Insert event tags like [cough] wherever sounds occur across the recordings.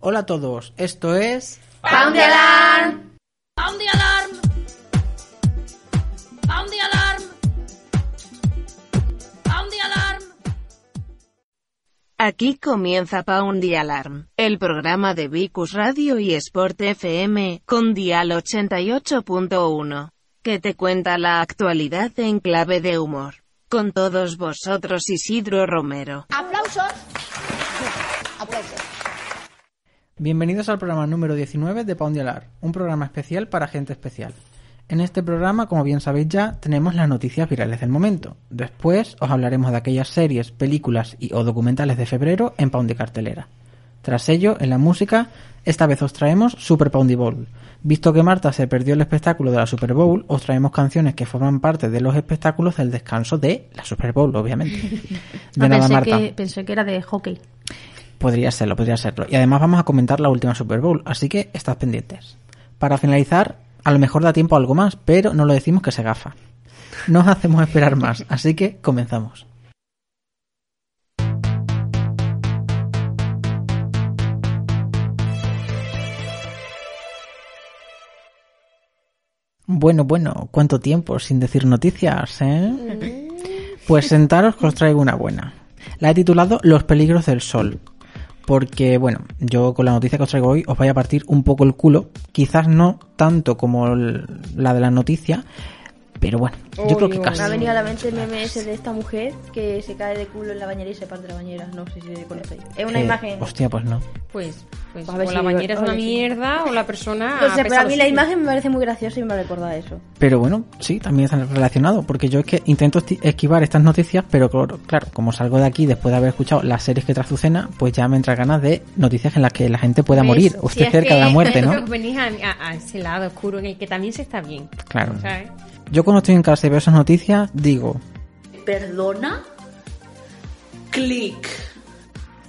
Hola a todos, esto es... ¡Pound the Alarm! ¡Pound the Alarm! ¡Pound the Alarm! ¡Pound the Alarm! Aquí comienza Pound the Alarm, el programa de Vicus Radio y Sport FM, con Dial 88.1, que te cuenta la actualidad en clave de humor. Con todos vosotros Isidro Romero. ¡Aplausos! ¡Aplausos! Bienvenidos al programa número 19 de Pound the Alarm, un programa especial para gente especial. En este programa, como bien sabéis ya, tenemos las noticias virales del momento. Después os hablaremos de aquellas series, películas y o documentales de febrero en Pound de cartelera. Tras ello, en la música, esta vez os traemos Super Poundy Bowl. Visto que Marta se perdió el espectáculo de la Super Bowl, os traemos canciones que forman parte de los espectáculos del descanso de la Super Bowl, [laughs] obviamente. De Ah, nada, pensé, Marta. Que, pensé que era de hockey. Podría serlo, podría serlo. Y además vamos a comentar la última Super Bowl, así que estad pendientes. Para finalizar, a lo mejor da tiempo a algo más, pero no lo decimos que se gafa. No os hacemos esperar más, así que comenzamos. Bueno, bueno, ¿cuánto tiempo sin decir noticias, eh? Pues sentaros que os traigo una buena. La he titulado Los peligros del sol. Porque, bueno, yo con la noticia que os traigo hoy os vaya a partir un poco el culo. Quizás no tanto como el- la de la noticia, pero bueno, yo creo que uy. casi. Me ha venido a la mente el meme ese de esta mujer que se cae de culo en la bañera y se parte la bañera. No sé si le conocéis. Es una Eh, imagen. Hostia, pues no. Pues, pues A ver o si la digo- bañera es a una ver si- mierda o la persona. No sé, apesta pero a mí la los- imagen me parece muy graciosa y me recuerda a eso. Pero bueno, sí, también está relacionado, porque yo es que intento esti- esquivar estas noticias, pero claro, claro, como salgo de aquí después de haber escuchado las series que trae Azucena, pues ya me entra ganas de noticias en las que la gente pueda ¿Ves? morir, Si o esté es cerca que de Pues, la muerte, ¿no? [laughs] Venís a, a- a ese lado oscuro en el que también se está bien. Claro. ¿sabes? Yo cuando estoy en casa y veo esas noticias, digo, Perdona. Clic.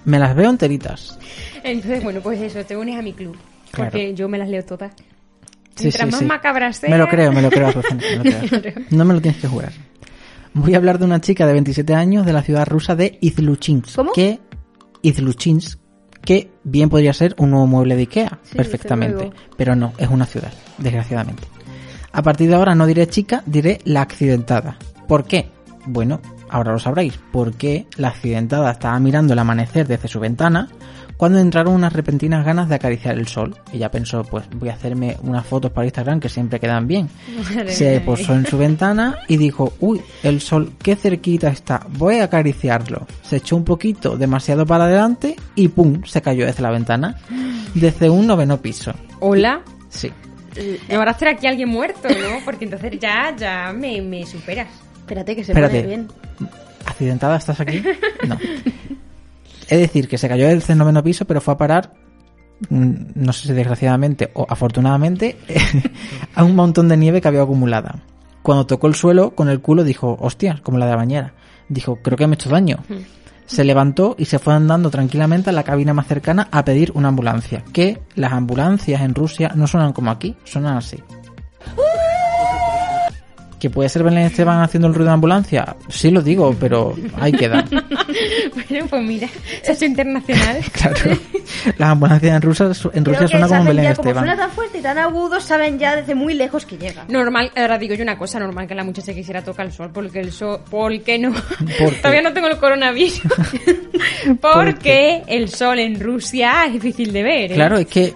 me las veo enteritas. Entonces, bueno, pues eso, te unes a mi club. Claro. Porque yo me las leo todas. Sí, Mientras sí, más sí. macabras Me lo sean- creo, me lo creo, Azucena, me lo creo. No me lo tienes que jugar. Voy a hablar de una chica de 27 años de la ciudad rusa de Izluchinsk. ¿Cómo? Que Izluchinsk, que bien podría ser un nuevo mueble de Ikea, desde perfectamente. luego. Pero no, es una ciudad, desgraciadamente. A partir de ahora no diré chica, diré la accidentada. ¿Por qué? Bueno, ahora lo sabréis. Porque la accidentada estaba mirando el amanecer desde su ventana cuando entraron unas repentinas ganas de acariciar el sol. Ella pensó, pues voy a hacerme unas fotos para Instagram que siempre quedan bien. Se posó en su ventana y dijo, uy, el sol, qué cerquita está, voy a acariciarlo. Se echó un poquito, demasiado para adelante y ¡pum! se cayó desde la ventana. Desde un noveno piso. Hola. Sí. Me habrás traído aquí a alguien muerto, ¿no? Porque entonces ya, ya me, me superas. [laughs] Espérate, que se Espérate. pone bien. ¿Accidentada estás aquí? No. Es decir, que se cayó del noveno piso, pero fue a parar, mm, no sé si desgraciadamente o afortunadamente, [laughs] a un montón de nieve que había acumulada. Cuando tocó el suelo, con el culo dijo, hostia, como la de la bañera. Dijo, creo que me he hecho daño. Se levantó y se fue andando tranquilamente a la cabina más cercana a pedir una ambulancia. Que las ambulancias en Rusia no suenan como aquí, suenan así. ¿Que puede ser Belén Esteban haciendo el ruido de ambulancia? Sí lo digo, pero ahí queda. Bueno, pues mira, se ha hecho internacional. Claro. [laughs] Las ambulancias en, Rusia en Creo Rusia que suena como saben Belén ya, como Esteban. suena tan fuerte y tan agudo, saben ya desde muy lejos que llega. Normal, ahora digo yo una cosa, normal que la muchacha quisiera tocar el sol, porque el sol, ¿por qué no? [laughs] Porque- Todavía no tengo el coronavirus. porque el sol en Rusia es difícil de ver. ¿eh? Claro, es que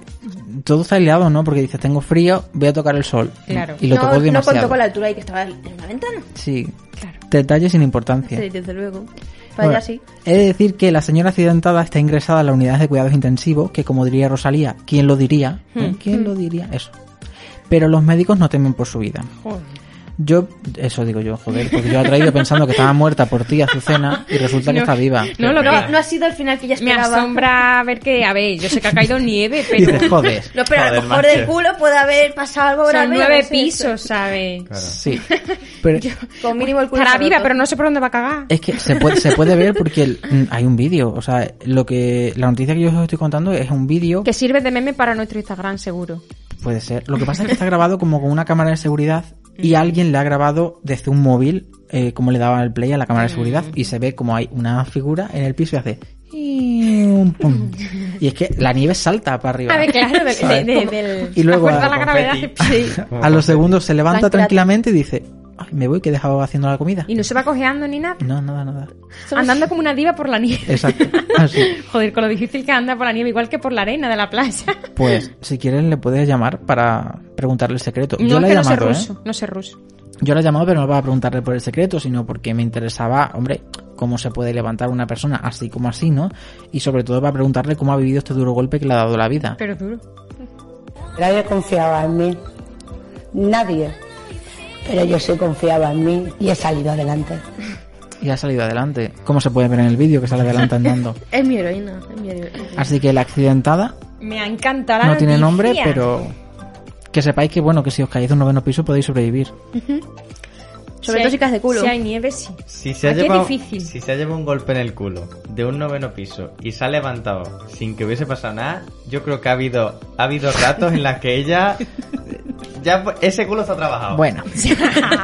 todo está liado, ¿no? Porque dices, tengo frío, voy a tocar el sol. Claro. Y lo no, tocó no demasiado. contó con la altura y que estaba en la ventana. Sí. Detalles sin importancia. Sí, desde luego. Para Bueno, allá sí. He de decir que la señora accidentada está ingresada a la unidad de cuidados intensivos, que como diría Rosalía, ¿quién lo diría? Hmm. ¿Eh? ¿Quién lo diría? Eso. Pero los médicos no temen por su vida. Joder. Yo, eso digo yo, joder, porque yo he traído pensando que estaba muerta por ti, Azucena, y resulta [laughs] que No. está viva. No, lo No, que no ha sido el final que ya me esperaba. asombra ver que, a ver, yo sé que ha caído nieve, Y pero dices, joder. No, pero a lo Joder, mejor macho. del culo puede haber pasado algo grave. son a nueve veces. pisos, ¿sabes? Claro. [laughs] Sí. Pero Con mínimo el culo. Estará roto. viva, pero no sé por dónde va a cagar. es que se puede, se puede ver porque el- mm, hay un vídeo. O sea, lo que la noticia que yo os estoy contando es un vídeo Que sirve de meme para nuestro Instagram, seguro. Puede ser. Lo que pasa es que está grabado como con una cámara de seguridad Mm. y alguien le ha grabado desde un móvil eh, como le daba el play a la Mm. cámara de seguridad y se ve como hay una figura en el piso y hace... Y es que la nieve salta para arriba. A ver, claro, de, ¿Sabes? de- del- Y luego la fuerza a- de la gravedad. confeti. [laughs] sí. [laughs] Como A los confeti. segundos se levanta Tranquilate. tranquilamente y dice, "Ay, me voy que he dejado haciendo la comida. Y no se va cojeando ni nada. No, nada, nada. Andando como una diva por la nieve. Exacto. Así. [laughs] Joder, con lo difícil que anda por la nieve, igual que por la arena de la playa. Pues, si quieres, le puedes llamar para preguntarle el secreto. Eh. No, Yo es la que he no sé llamado, ¿eh? ruso. No sé ruso. Yo la he llamado, pero no para preguntarle por el secreto, sino porque me interesaba, hombre, cómo se puede levantar una persona así como así, ¿no? Y sobre todo para preguntarle cómo ha vivido este duro golpe que le ha dado la vida. Pero duro. Nadie confiaba en mí. Nadie. Pero yo sí confiaba en mí y he salido adelante. Y ha salido adelante. ¿Cómo se puede ver en el vídeo que sale adelante [laughs] andando? Es mi heroína, es mi heroína. Así que la accidentada Me ha encantado la no tiene noticia. nombre, pero que sepáis que, bueno, que si os caéis de un noveno piso podéis sobrevivir. Sobre todo si caes de culo. Si hay nieve, sí. Si se, ha Aquí es llevado, difícil. si se ha llevado un golpe en el culo de un noveno piso y se ha levantado sin que hubiese pasado nada, yo creo que ha habido, ha habido ratos en las [laughs] que ella... Ya fu- ese culo está Oh. trabajado. Bueno,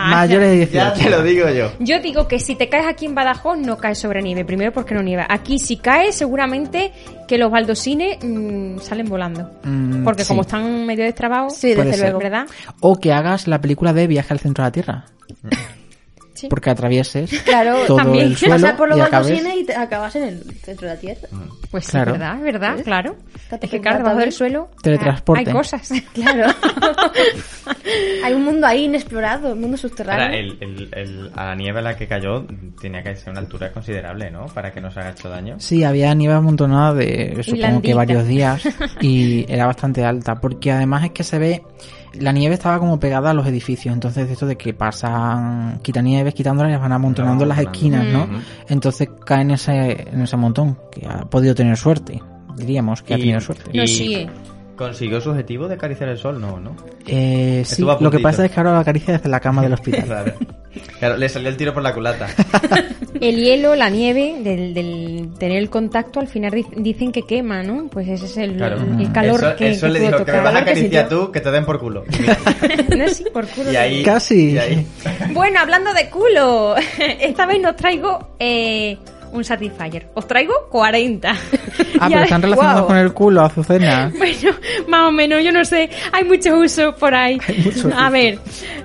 mayores de Ya 18. te lo digo yo. Yo digo que si te caes aquí en Badajoz no caes sobre nieve, primero porque no nieva. Aquí si caes seguramente que los baldosines mm, salen volando. Mm, Porque sí. como están medio destrabados, Sí, Puede desde ser. luego. ¿verdad? O que hagas la película de Viaje al centro de la Tierra. Sí. Porque atravieses Claro, todo también. el suelo Pasar por los y acabes- baldosines y Mm. te acabas en el centro de la tierra. Pues sí, Claro. ¿verdad? ¿Verdad? Claro. Catapulta Es que claro, debajo también. del suelo ah, Teletransporte. hay cosas. Claro. [laughs] hay un mundo ahí inexplorado, un mundo subterráneo. Ahora, el, el- el- a la nieve a la que cayó tenía que ser una altura considerable, ¿no? Para que no se haga hecho daño. Sí, había nieve amontonada de supongo que Blandita. varios días [laughs] y era bastante alta, porque además es que se ve la nieve estaba como pegada a los edificios, entonces esto de que pasan quitanieves quitándolas las van amontonando en las amontonando. esquinas, ¿no? Mm. Entonces cae en ese en ese montón que ha podido tener suerte, diríamos que ha Y- tenido suerte. y No, sí. eh. ¿Consiguió su objetivo de acariciar el sol? No, ¿no? Eh, sí, Estuvo a lo que puntito. pasa es que ahora la acaricia desde la cama del hospital. [laughs] Claro. Claro, le salió el tiro por la culata. El hielo, la nieve, del, del tener el contacto, al final dic- dicen que quema, ¿no? Pues ese es el, Claro. el calor el sol, que, el sol que le pudo dijo que me tocar. vas a Calor que acariciar sintió. tú, que te den por culo. [laughs] No, sí, por culo. Y ahí... Casi. y ahí- Bueno, hablando de culo, [laughs] esta vez nos traigo eh, un Satisfyer. Os traigo 40. Ah, [laughs] Ya- pero están relacionados guau. con el culo, Azucena. [laughs] Bueno, más o menos, yo no sé. Hay muchos usos por ahí. Hay muchos [laughs] A usos. ver,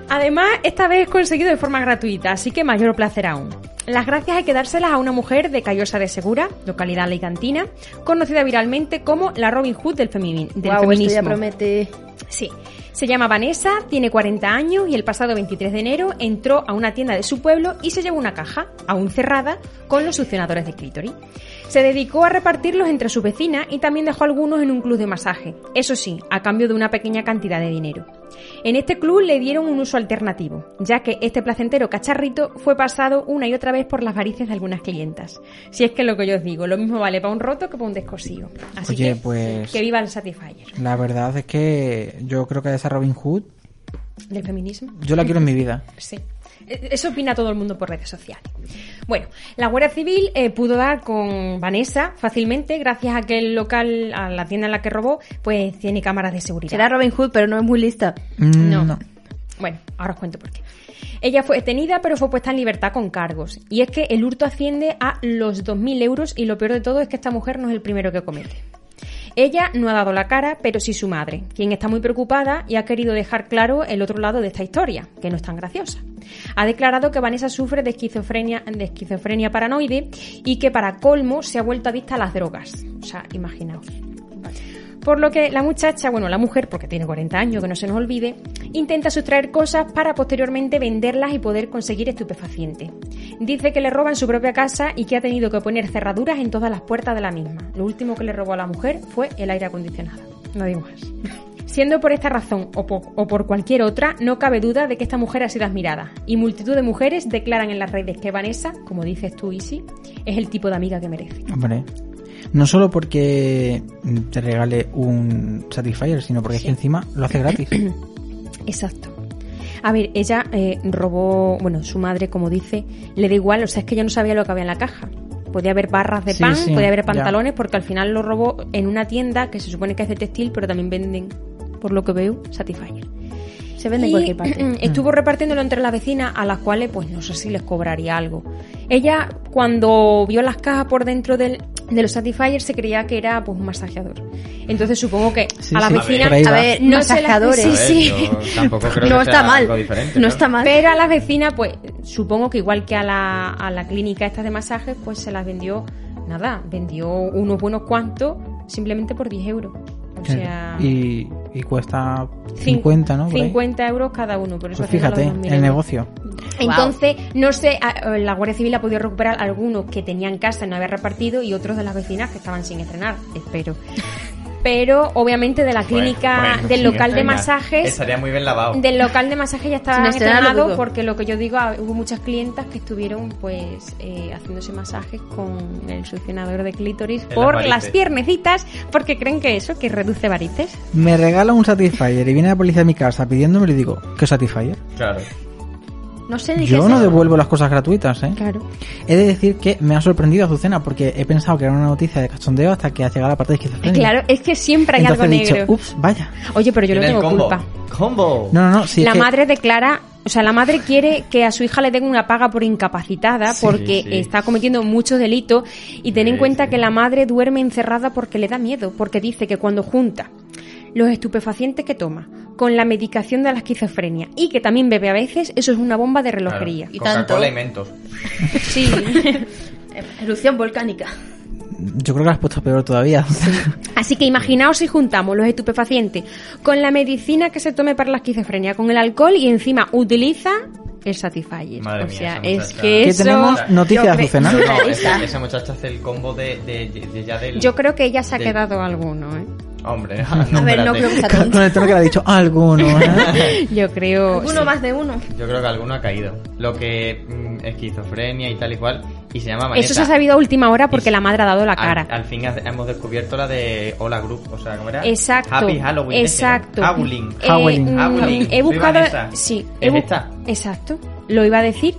además, esta vez he conseguido de forma gratuita, así que mayor placer aún. Las gracias hay que dárselas a una mujer de Callosa de Segura, localidad leicantina, conocida viralmente como la Robin Hood del, femini- del Guau, esto ya feminismo. promete. Sí. Se llama Vanessa, tiene 40 años y el pasado 23 de enero entró a una tienda de su pueblo y se llevó una caja, aún cerrada, con los succionadores de clítoris. Se dedicó a repartirlos entre sus vecinas y también dejó algunos en un club de masaje, eso sí, a cambio de una pequeña cantidad de dinero. En este club le dieron un uso alternativo, ya que este placentero cacharrito fue pasado una y otra vez por las varices de algunas clientas. Si es que lo que yo os digo, lo mismo vale para un roto que para un descosido. Así Oye, que, pues- que viva el Satisfyer La verdad es que yo creo que esa Robin Hood del feminismo. yo la quiero en mi vida. Sí. Eh, Eso opina todo el mundo por redes sociales. Bueno, la Guardia Civil eh, pudo dar con Vanessa fácilmente gracias a que el local, a la tienda en la que robó, pues tiene cámaras de seguridad. Será Robin Hood, pero no es muy lista. Mm, No. no. Bueno, ahora os cuento por qué. Ella fue detenida, pero fue puesta en libertad con cargos. Y es que el hurto asciende a los 2.000 euros y lo peor de todo es que esta mujer no es el primero que comete. Ella no ha dado la cara, pero sí su madre, quien está muy preocupada y ha querido dejar claro el otro lado de esta historia, que no es tan graciosa. Ha declarado que Vanessa sufre de esquizofrenia, de esquizofrenia paranoide y que para colmo se ha vuelto adicta a las drogas. O sea, imaginaos. Por lo que la muchacha, bueno, la mujer, porque tiene 40 años, que no se nos olvide, intenta sustraer cosas para posteriormente venderlas y poder conseguir estupefacientes. Dice que le roban su propia casa y que ha tenido que poner cerraduras en todas las puertas de la misma. Lo último que le robó a la mujer fue el aire acondicionado. No digo más. Siendo por esta razón o po- o por cualquier otra, no cabe duda de que esta mujer ha sido admirada. Y multitud de mujeres declaran en las redes que Vanessa, como dices tú, Isi, es el tipo de amiga que merece. Hombre. No solo porque te regale un Satisfyer, sino porque es que encima lo hace [clears throat] gratis. Exacto. A ver, ella eh, robó, bueno, su madre, como dice, le da igual, o sea, es que yo no sabía lo que había en la caja. Podía haber barras de Sí, pan, sí, podía haber ya. pantalones, porque al final lo robó en una tienda que se supone que es de textil, pero también venden, por lo que veo, Satisfyer. Se vende en Y, cualquier [laughs] parte. [clears throat] Mm. Estuvo repartiéndolo entre las vecinas, a las cuales, pues no sé si les cobraría algo. Ella, cuando vio las cajas por dentro del, de los Satisfyer se creía que era pues un masajeador. Entonces supongo que Sí, a la sí, vecina por ahí a va. ver, no se las- Masajeadores. sí, A ver, sí. ¿eh? yo tampoco creo No que está sea mal. algo diferente, No está mal. Pero a la vecina, pues supongo que igual que a la, a la clínica estas de masajes, pues se las vendió, nada, vendió unos buenos cuantos simplemente por 10 euros. O sea, y, y cuesta cin- 50, ¿no? Por ahí. 50 euros cada uno. Por eso Pues haciendo los fíjate, 2.000 el euros. negocio. Entonces, no sé, a- eh, la Guardia Civil ha podido recuperar algunos que tenían casa y no había repartido y otros de las vecinas que estaban sin estrenar, [laughs] espero. Pero obviamente de la Bueno, clínica, bueno, del pues, sí, local de venga. masajes, Estaría muy bien lavado. del local de masajes ya estaban Sin estrenar, lo estrenados dudo. porque lo que yo digo, ah, hubo muchas clientas que estuvieron pues eh, haciéndose masajes con el succionador de clítoris las por varices. las piernecitas porque creen que eso, que reduce varices. Me regala un Satisfyer y viene la policía a mi casa pidiéndome y le digo, ¿qué Satisfyer? Claro. No sé ni qué Yo es no eso. devuelvo las cosas gratuitas, ¿eh? Claro. He de decir que me ha sorprendido Azucena porque he pensado que era una noticia de cachondeo hasta que ha llegado la parte de esquizofrenia. Claro, es que siempre hay Entonces algo he dicho, negro. ups, vaya. Oye, pero yo no Tiene tengo el combo. culpa. ¡Combo! No, no, no, sí. es la que- madre declara, o sea, la madre quiere que a su hija le den una paga por incapacitada Sí, porque sí. está cometiendo muchos delitos y ten en Sí, cuenta sí. que la madre duerme encerrada porque le da miedo, porque dice que cuando junta los estupefacientes que toma con la medicación de la esquizofrenia y que también bebe a veces, eso es una bomba de Claro. relojería. Y Coca-Cola tanto. y Mentos. Sí. [laughs] Erupción volcánica. Yo creo que la has puesto peor todavía. Así que imaginaos si juntamos los estupefacientes con la medicina que se tome para la esquizofrenia, con el alcohol y encima utiliza el Satisfyer. Madre o mía, sea, esa es que muchacha. ¿Qué eso... tenemos? Noticias, yo creo- [laughs] Azucena. No, no, Esa. esa, esa muchacha hace el combo de, de, de- de ya del... Yo creo que ella se ha Sí. quedado alguno, ¿eh? [laughs] [laughs] Hombre, no, A ver, no espérate. creo que sea Con tonto. con el tono que le ha dicho alguno. ¿eh? Yo creo. Uno sí. más de uno. Yo creo que alguno ha caído. Lo que mm, esquizofrenia y tal y cual. Y se llama Maneta. Eso se ha sabido a última hora porque Y- la madre ha dado la cara. Al, al fin ha- hemos descubierto la de Hola Group, o sea, ¿cómo era? Exacto. Happy Halloween. ese, ¿no? Exacto. Howling. Eh, Howling. mm, Howling. He Viva buscado. Vanessa. Sí. he ¿Es bu- esta? Exacto. Lo iba a decir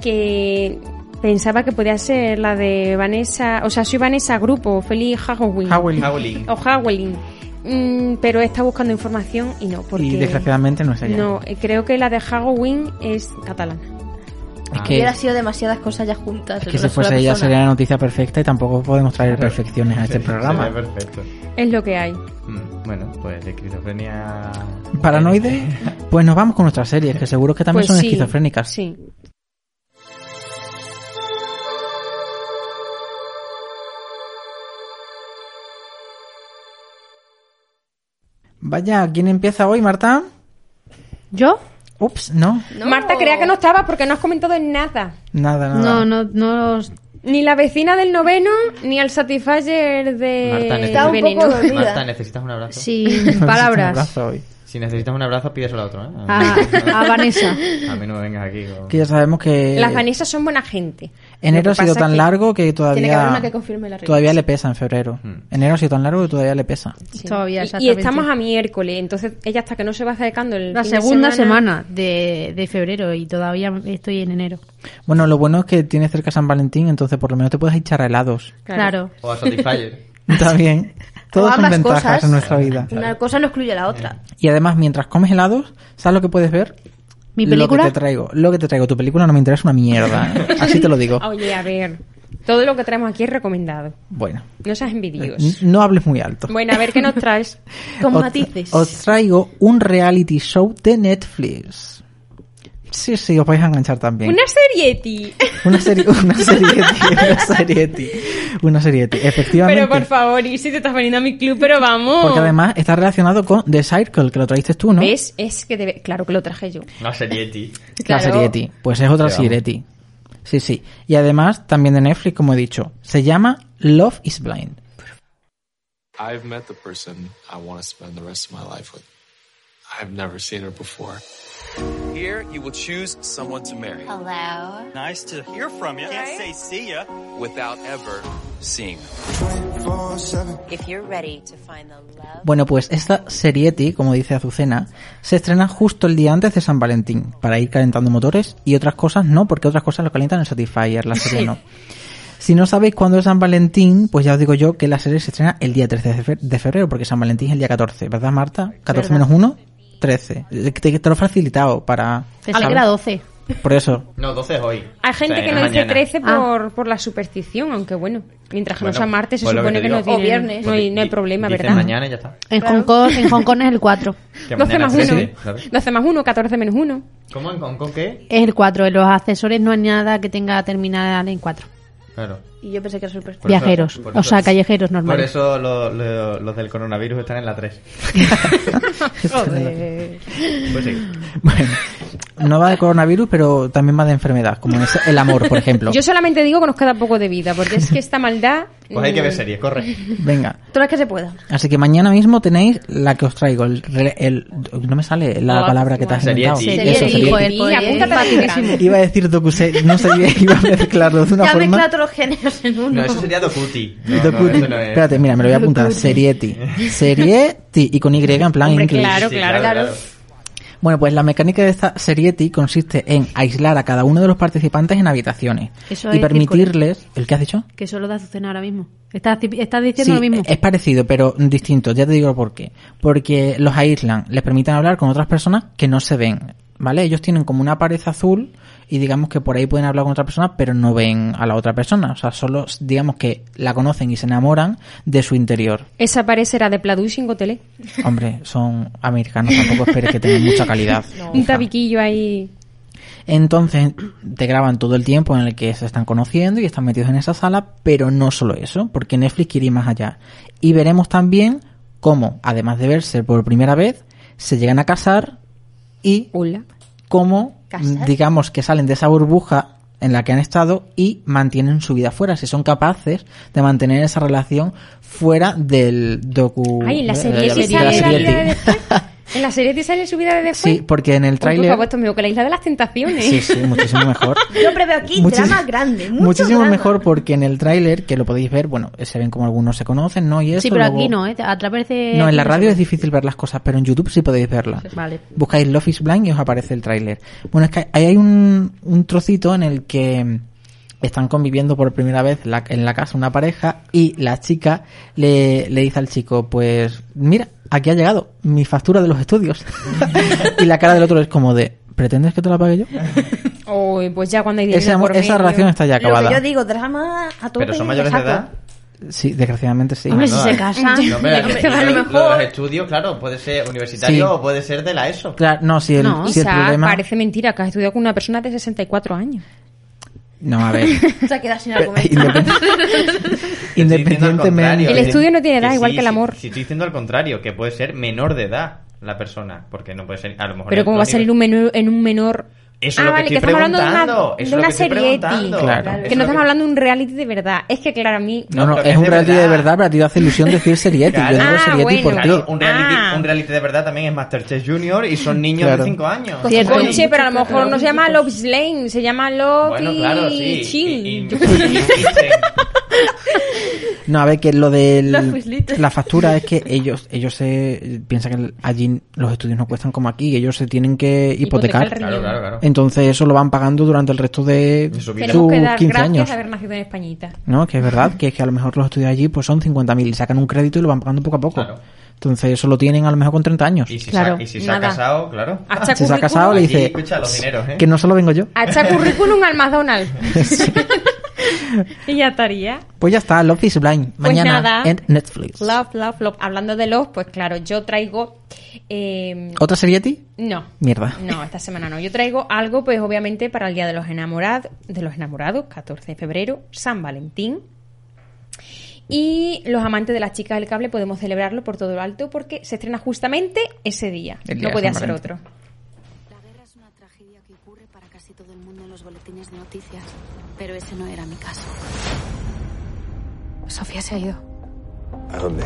que pensaba que podía ser la de Vanessa. O sea, soy Vanessa Grupo, Feliz Halloween. Howling. Howling. O Howling. Mm, pero está buscando información y no, porque. Y desgraciadamente no es ella. No, eh, creo que la de Halloween es catalana. es Ah. que, Hubiera sido demasiadas cosas ya juntas. es en que si una sola fuese ella persona. sería la noticia perfecta y tampoco podemos traer perfecciones a este Sería programa. perfecto. Es lo que hay. Mm, Bueno, pues de esquizofrenia. [laughs] Paranoide, pues nos vamos con nuestras series, que seguro que también Pues son sí, esquizofrénicas. Sí. Vaya, ¿quién empieza hoy, Marta? ¿Yo? Ups, no, No. Marta, creía que no estaba porque no has comentado en nada. nada, nada. [laughs] No, no, no los... Ni la vecina del noveno, ni el Satisfyer de Marta, necesito- este Está un veneno. poco dormida. Marta, ¿necesitas un abrazo? Sin Un palabras. abrazo hoy. Si necesitas un abrazo, pídeselo a otro, ¿eh? A, [laughs] a Vanessa. A mí no me vengas aquí. con- Que ya sabemos que Las Vanessas son buena gente. enero Lo ha que sido pasa es tan que- largo que todavía Tiene que haber una que confirme la regla. todavía le pesa en febrero. Hmm. Enero ha sido tan largo que todavía le pesa. Sí. Todavía, Y- y, exactamente. estamos a miércoles, entonces ella hasta que no se va acercando el La fin de segunda semana, de, de febrero y todavía estoy en enero. Bueno, lo bueno es que tiene cerca San Valentín, entonces por lo menos te puedes echar a helados. Claro. O a Satisfyer. También. O Todas son ambas ventajas cosas. en nuestra vida. Una cosa no excluye a la otra. Y además, mientras comes helados, ¿sabes lo que puedes ver? Mi Lo que película, te traigo. Lo que te traigo. Tu película no me interesa una mierda. ¿eh? Así te lo digo. Oye, a ver, todo lo que traemos aquí es recomendado. Bueno. No seas n- envidiosos. No hables muy alto. Bueno, a ver qué nos traes. Con Os- matices. Os traigo un reality show de Netflix. Sí, [laughs] sí, os vais a enganchar también. Una serieti. Una serie, una serie, una serie, una serie, efectivamente. Pero por favor, y si te estás veniendo a mi club, pero vamos. Porque además está relacionado con The Circle, que lo traíste tú, ¿no? ¿Ves? Es que debe- claro que lo traje yo. Una serieti. La Claro. serie T. Pues es otra Sí, serie T. Sí, sí. Y además, también de Netflix, como he dicho, se llama Love is Blind. I've met the person I want to spend the rest of my life with. I've never seen her before. Here, you will choose someone to marry Hello. Nice to hear from you. Can't say see ya. without ever seeing them. Bueno, pues esta serieti, como dice Azucena, se estrena justo el día antes de San Valentín, para ir calentando motores y otras cosas no, porque otras cosas lo calientan en Satisfyer, la serie no. Si no sabéis cuándo es San Valentín, pues ya os digo yo que la serie se estrena el día 13 de fe- de febrero, porque San Valentín es el día 14, ¿verdad Marta? 14 menos 1, 13. Eh, Te, te lo he facilitado para... te ¿sabes? saqué la 12. Por eso. [laughs] No, 12 es hoy. Hay gente O sea, que nos dice mañana. 13 por, por la superstición, aunque bueno, mientras que no Bueno, sea martes se pues lo que supone te que, no digo. O tienen, viernes. no hay, no hay Di- problema, dice ¿verdad? mañana y ya está. En, Hong Kong, en Hong Kong es el 4. 12 Que mañana más es 1, ese, claro. 12 más 1, 14 menos 1. ¿Cómo en Hong Kong qué? Es el 4. En los accesorios [laughs] no hay nada que tenga terminal en 4. Claro. Y yo pensé que era súper Por eso- Viajeros, por o sea, callejeros normales. Por eso lo- lo- los del coronavirus están en la 3. Joder. Pues sí. Este, Bueno, no va de coronavirus, pero también va de enfermedad, como es el amor, por ejemplo. [laughs] Yo solamente digo que nos queda poco de vida, porque es que esta maldad... Pues hay que mm, [laughs] ver [laughs] series, corre. Venga. Todo lo que se pueda. Así que mañana mismo tenéis la que os traigo. El, re- el- no me sale la Ah, palabra que te has serie, inventado. sí. Eso, Serie, serie. hijo, el Y apúntate a la Facilísimo. tijera. Iba a decir docuse, no sabía, iba a mezclarlo de una Ya forma. mezcla todos los géneros en uno. No, eso sería Docuti. No, no, Docuti. eso no es. Espérate, mira, me lo voy a apuntar. Serieti. Serieti. Y con Y en plan Hombre, inglés. claro, Sí, claro, claro, claro. Bueno, pues la mecánica de esta serieti consiste en aislar a cada uno de los participantes en habitaciones Eso y es permitirles. ¿El qué has dicho? Que solo da Azucena ahora mismo. Estás, estás sí, eh, diciendo lo mismo. es parecido, pero distinto. Ya te digo por qué. Porque los aíslan, les permiten hablar con otras personas que no se ven. ¿Vale? Ellos tienen como una pared azul y digamos que por ahí pueden hablar con otra persona, pero no ven a la otra persona. O sea, solo digamos que la conocen y se enamoran de su interior. Esa pared será de Pladushing o Tele. Hombre, son americanos, tampoco esperes que tengan mucha [laughs] calidad. Un hija. tabiquillo ahí... Entonces te graban todo el tiempo en el que se están conociendo y están metidos en esa sala, pero no solo eso, porque Netflix quiere ir más allá. Y veremos también cómo, además de verse por primera vez, se llegan a casar y Hola. cómo, mm, ¿Casar? digamos, que salen de esa burbuja en la que han estado y mantienen su vida fuera, si son capaces de mantener esa relación fuera del docu... Uh, Ay, en la de- serie de- de te la sale la serie. vida de después. En la serie te sale su vida de después. Sí, porque en el Uy, Por tráiler... favor, esto es mejor que la isla de las tentaciones. Sí, sí, muchísimo mejor. Yo preveo aquí Muchis- drama grande. mucho Muchísimo drama. mejor porque en el tráiler, que lo podéis ver, bueno, se ven como algunos se conocen, ¿no? Y eso, sí, pero luego- aquí no, ¿eh? A través de. No, en la radio es es difícil ver las cosas, pero en YouTube sí podéis verlas. Vale. Buscáis Love is Blind y os aparece el tráiler. Bueno, es que ahí hay un, un trocito en el que están conviviendo por primera vez la- en la casa una pareja y la chica le, le dice al chico, pues mira, aquí ha llegado mi factura de los estudios. [laughs] y la cara del otro es como de, ¿pretendes que te la pague yo? Uy, pues ya cuando hay dinero Esa, por esa medio. relación está ya Lo acabada. que yo digo, drama a tope. Pero son mayores de saco. edad. Sí, desgraciadamente sí. Ah, Hombre, No, si se eh. casan. [laughs] No, hombre, Hombre, que- a lo lo- mejor. los estudios, claro, puede ser universitario Sí. o puede ser de la ESO. Claro, no, si el, No, si el Isaac, problema. parece mentira que has estudiado con una persona de 64 años. No, a [laughs] ver. Se ha quedado [laughs] sin argumento. Independ- Estoy diciendo al contrario, Independientemente. El que- estudio no tiene que edad, igual que el sí, amor. Si estoy diciendo al contrario, que puede ser menor de edad la persona, porque no puede ser, a lo mejor... Pero el cómo va a otro salir nivel- un menor en un menor... Eso ah, es lo que vale, estoy estamos hablando de una, preguntando, eso de es lo una que estoy serie preguntando. Claro. Eso Que es no lo estamos que- hablando de un reality de verdad. Es que, claro, a mí... No, no, pero que es es un de reality de verdad. verdad, pero a ti te hace ilusión decir serieti. Claro. Yo digo Ah, serieti bueno. por ti. Claro, un reality, Ah. un reality de verdad también es Masterchef Junior y son niños Claro. de 5 años. Cierto. Conche, pero a lo mejor no se llama Love is Lane, se llama Love Bueno, claro, sí. y Chill. Y- y- y- y- No, a ver, que lo de Los fuislitos. la factura es que ellos ellos se piensan que el- allí los estudios no cuestan como aquí, ellos se tienen que Hipotecar hipotecar. el riñón. Claro, claro, claro. Entonces eso lo van pagando durante el resto de De su vida. Tenemos sus que dar 15 gracias años. a haber nacido en Españita. No, que es verdad, que es que a lo mejor los estudios allí pues son 50.000 y sacan un crédito y lo van pagando poco a poco. Claro. Entonces eso lo tienen a lo mejor con 30 años. Y si, Claro, se, ha- y si se ha nada. casado, claro. Hacha Si se ha currículum- casado le Allí dice escucha los dineros, ¿eh? que no solo vengo yo. Hacha currículum [laughs] al McDonald's. [laughs] y ya estaría. Pues ya está, Love is Blind. Pues Mañana nada. en Netflix. Love, love, love. Hablando de love, pues claro, yo traigo... eh, ¿Otra serie a ti? no. Mierda. No, esta semana no. Yo traigo algo, pues obviamente, para el Día de los Enamorados, de los enamorados 14 de febrero, San Valentín. Y los amantes de las chicas del cable podemos celebrarlo por todo lo alto porque se estrena justamente ese día. El día no de podía San ser Valentín. otro. La guerra es una tragedia que ocurre para casi todo el mundo en los boletines de noticias, pero ese no era mi caso. Sofía se ha ido. ¿A dónde?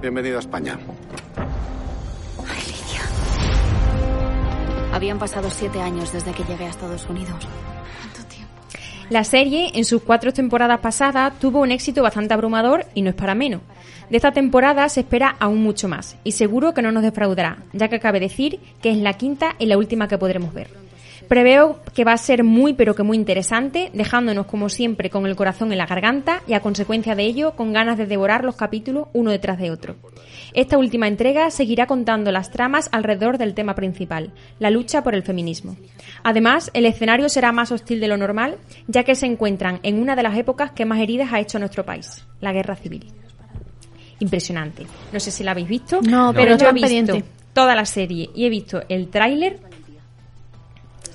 Bienvenido a España. Ay, Lidia. Habían pasado siete años desde que llegué a Estados Unidos. La serie, en sus cuatro temporadas pasadas, tuvo un éxito bastante abrumador y no es para menos. De esta temporada se espera aún mucho más y seguro que no nos defraudará, ya que cabe decir que es la quinta y la última que podremos ver. Preveo que va a ser muy pero que muy interesante, dejándonos como siempre con el corazón en la garganta y a consecuencia de ello con ganas de devorar los capítulos uno detrás de otro. Esta última entrega seguirá contando las tramas alrededor del tema principal, la lucha por el feminismo. Además, el escenario será más hostil de lo normal, ya que se encuentran en una de las épocas que más heridas ha hecho nuestro país, la guerra civil impresionante. No sé si la habéis visto, No, pero pero yo he tengo visto pendiente. toda la serie y he visto el tráiler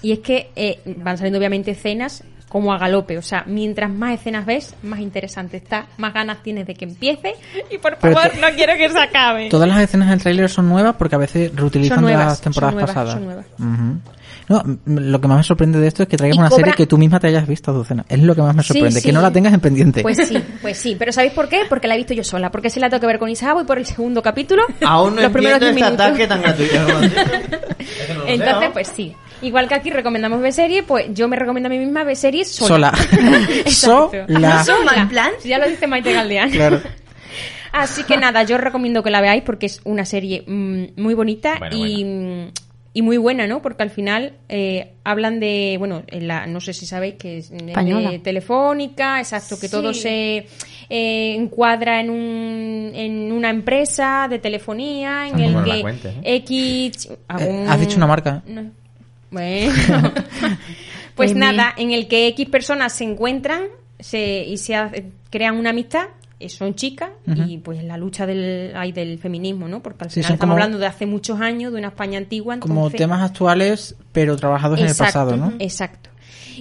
y es que eh, van saliendo obviamente escenas como a galope, o sea, mientras más escenas ves, más interesante está, más ganas tienes de que empiece y por Pero favor to- no quiero que se acabe. Todas las escenas del tráiler son nuevas porque a veces reutilizan Son nuevas, de las temporadas son nuevas, pasadas. son nuevas. Ujú. No, m- lo que más me sorprende de esto es que traigas Y una cobra- serie que tú misma te hayas visto, Azucena. Es lo que más me Sí, sorprende, sí. que no la tengas en pendiente. Pues sí, pues sí, pero ¿sabéis por qué? Porque la he visto yo sola, porque se la tengo que ver con Isa, voy por el segundo capítulo. Aún no los primeros 10 entiendo minutos. este ataque tan gratuito. [laughs] lo sé, Entonces, ¿no? pues sí. Igual que aquí recomendamos ver series, pues yo me recomiendo a mí misma ver series sola. Sola. [laughs] Exacto. Sola. [laughs] Sola. Ya lo dice Maite Galdeán. Claro. Así que nada, yo os recomiendo que la veáis porque es una serie mm, muy bonita Bueno, y, mm, y muy buena, ¿no? Porque al final eh, hablan de, bueno, en la, no sé si sabéis que es mm, Española. de telefónica, exacto, que todo Sí. se eh, encuadra en, un, en una empresa de telefonía, en Ah, el bueno, que la cuentes, ¿eh? X... algún- has dicho una marca, ¿eh? No. [laughs] Bueno. pues M. nada, en el que X personas se encuentran se, y se ha- crean una amistad, eh, son chicas, Ujú. y pues la lucha del, hay del feminismo, ¿no? Porque al Sí, final son como- estamos hablando de hace muchos años, de una España antigua. Como entonces- temas actuales, pero trabajados en el Exacto, pasado, ¿no? Exacto.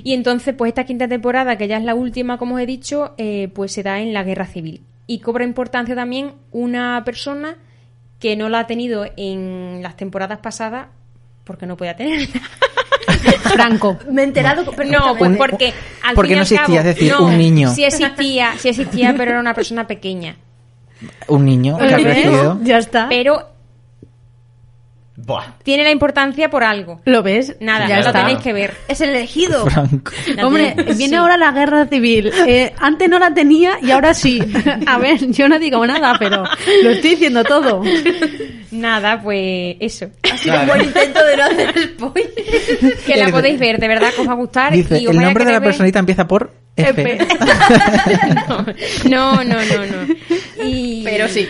Y entonces, pues esta quinta temporada, que ya es la última, como os he dicho, eh, pues se da en la guerra civil. Y cobra importancia también una persona que no la ha tenido en las temporadas pasadas porque no podía [laughs] tener Franco. Me he enterado No, pues perfectamente. porque al Porque fin y no al cabo- existía, es decir, no, un niño. Sí existía, sí existía, pero era una persona pequeña. Un niño que ha [laughs] crecido. Ya está. Eh, Pero Buah. tiene la importancia por algo. ¿Lo ves? Nada, Ya lo está. tenéis que ver. Es el [laughs] elegido. Franco. Hombre, Sí. viene ahora la guerra civil. Eh, antes no la tenía y ahora sí. A ver, yo no digo nada, pero lo estoy diciendo todo. Nada, pues eso. Ha sido un Vale. buen intento de no hacer spoiler. [laughs] que la podéis ver, de verdad que os va a gustar. Dice, y os el vais a nombre de la querer ver- personita empieza por F. [laughs] No, no, no, no. Y... Pero sí.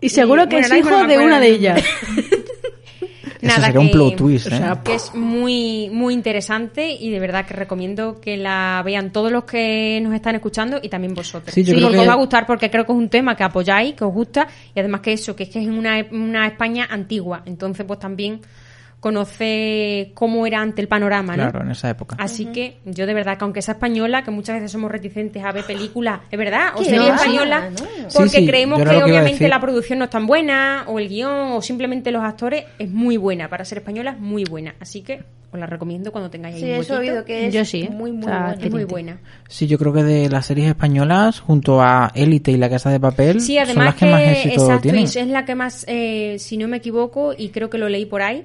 Y seguro que bueno, es ahora mismo hijo no me de acuerdo una de del ellas. [laughs] Eso sería un plot twist, ¿eh? que es muy, muy interesante y de verdad que recomiendo que la vean todos los que nos están escuchando y también vosotros. Sí, yo creo porque que- os va a gustar porque creo que es un tema que apoyáis, que os gusta y además que eso, que es que es una, una España antigua. Entonces, pues también conoce cómo era ante el panorama, ¿no? Claro, en esa época. Así que yo de verdad que aunque sea española, que muchas veces somos reticentes a ver películas, es verdad, o ¿Qué serie va? española, No, no. porque Sí, sí, creemos yo que era lo que iba a obviamente decir. la producción no es tan buena, o el guión, o simplemente los actores, es muy buena. Para ser española es muy buena. Así que os la recomiendo cuando tengáis ahí Sí, un eso he huequito. Ah, oído que es Yo sí, ¿eh? muy, muy O sea, buena. Es muy pendiente. buena. Sí, yo creo que de las series españolas, junto a Élite y La Casa de Papel, Sí, son además las que, que, más éxito exacto, y tienen. es la que más, eh, si no me equivoco, y creo que lo leí por ahí,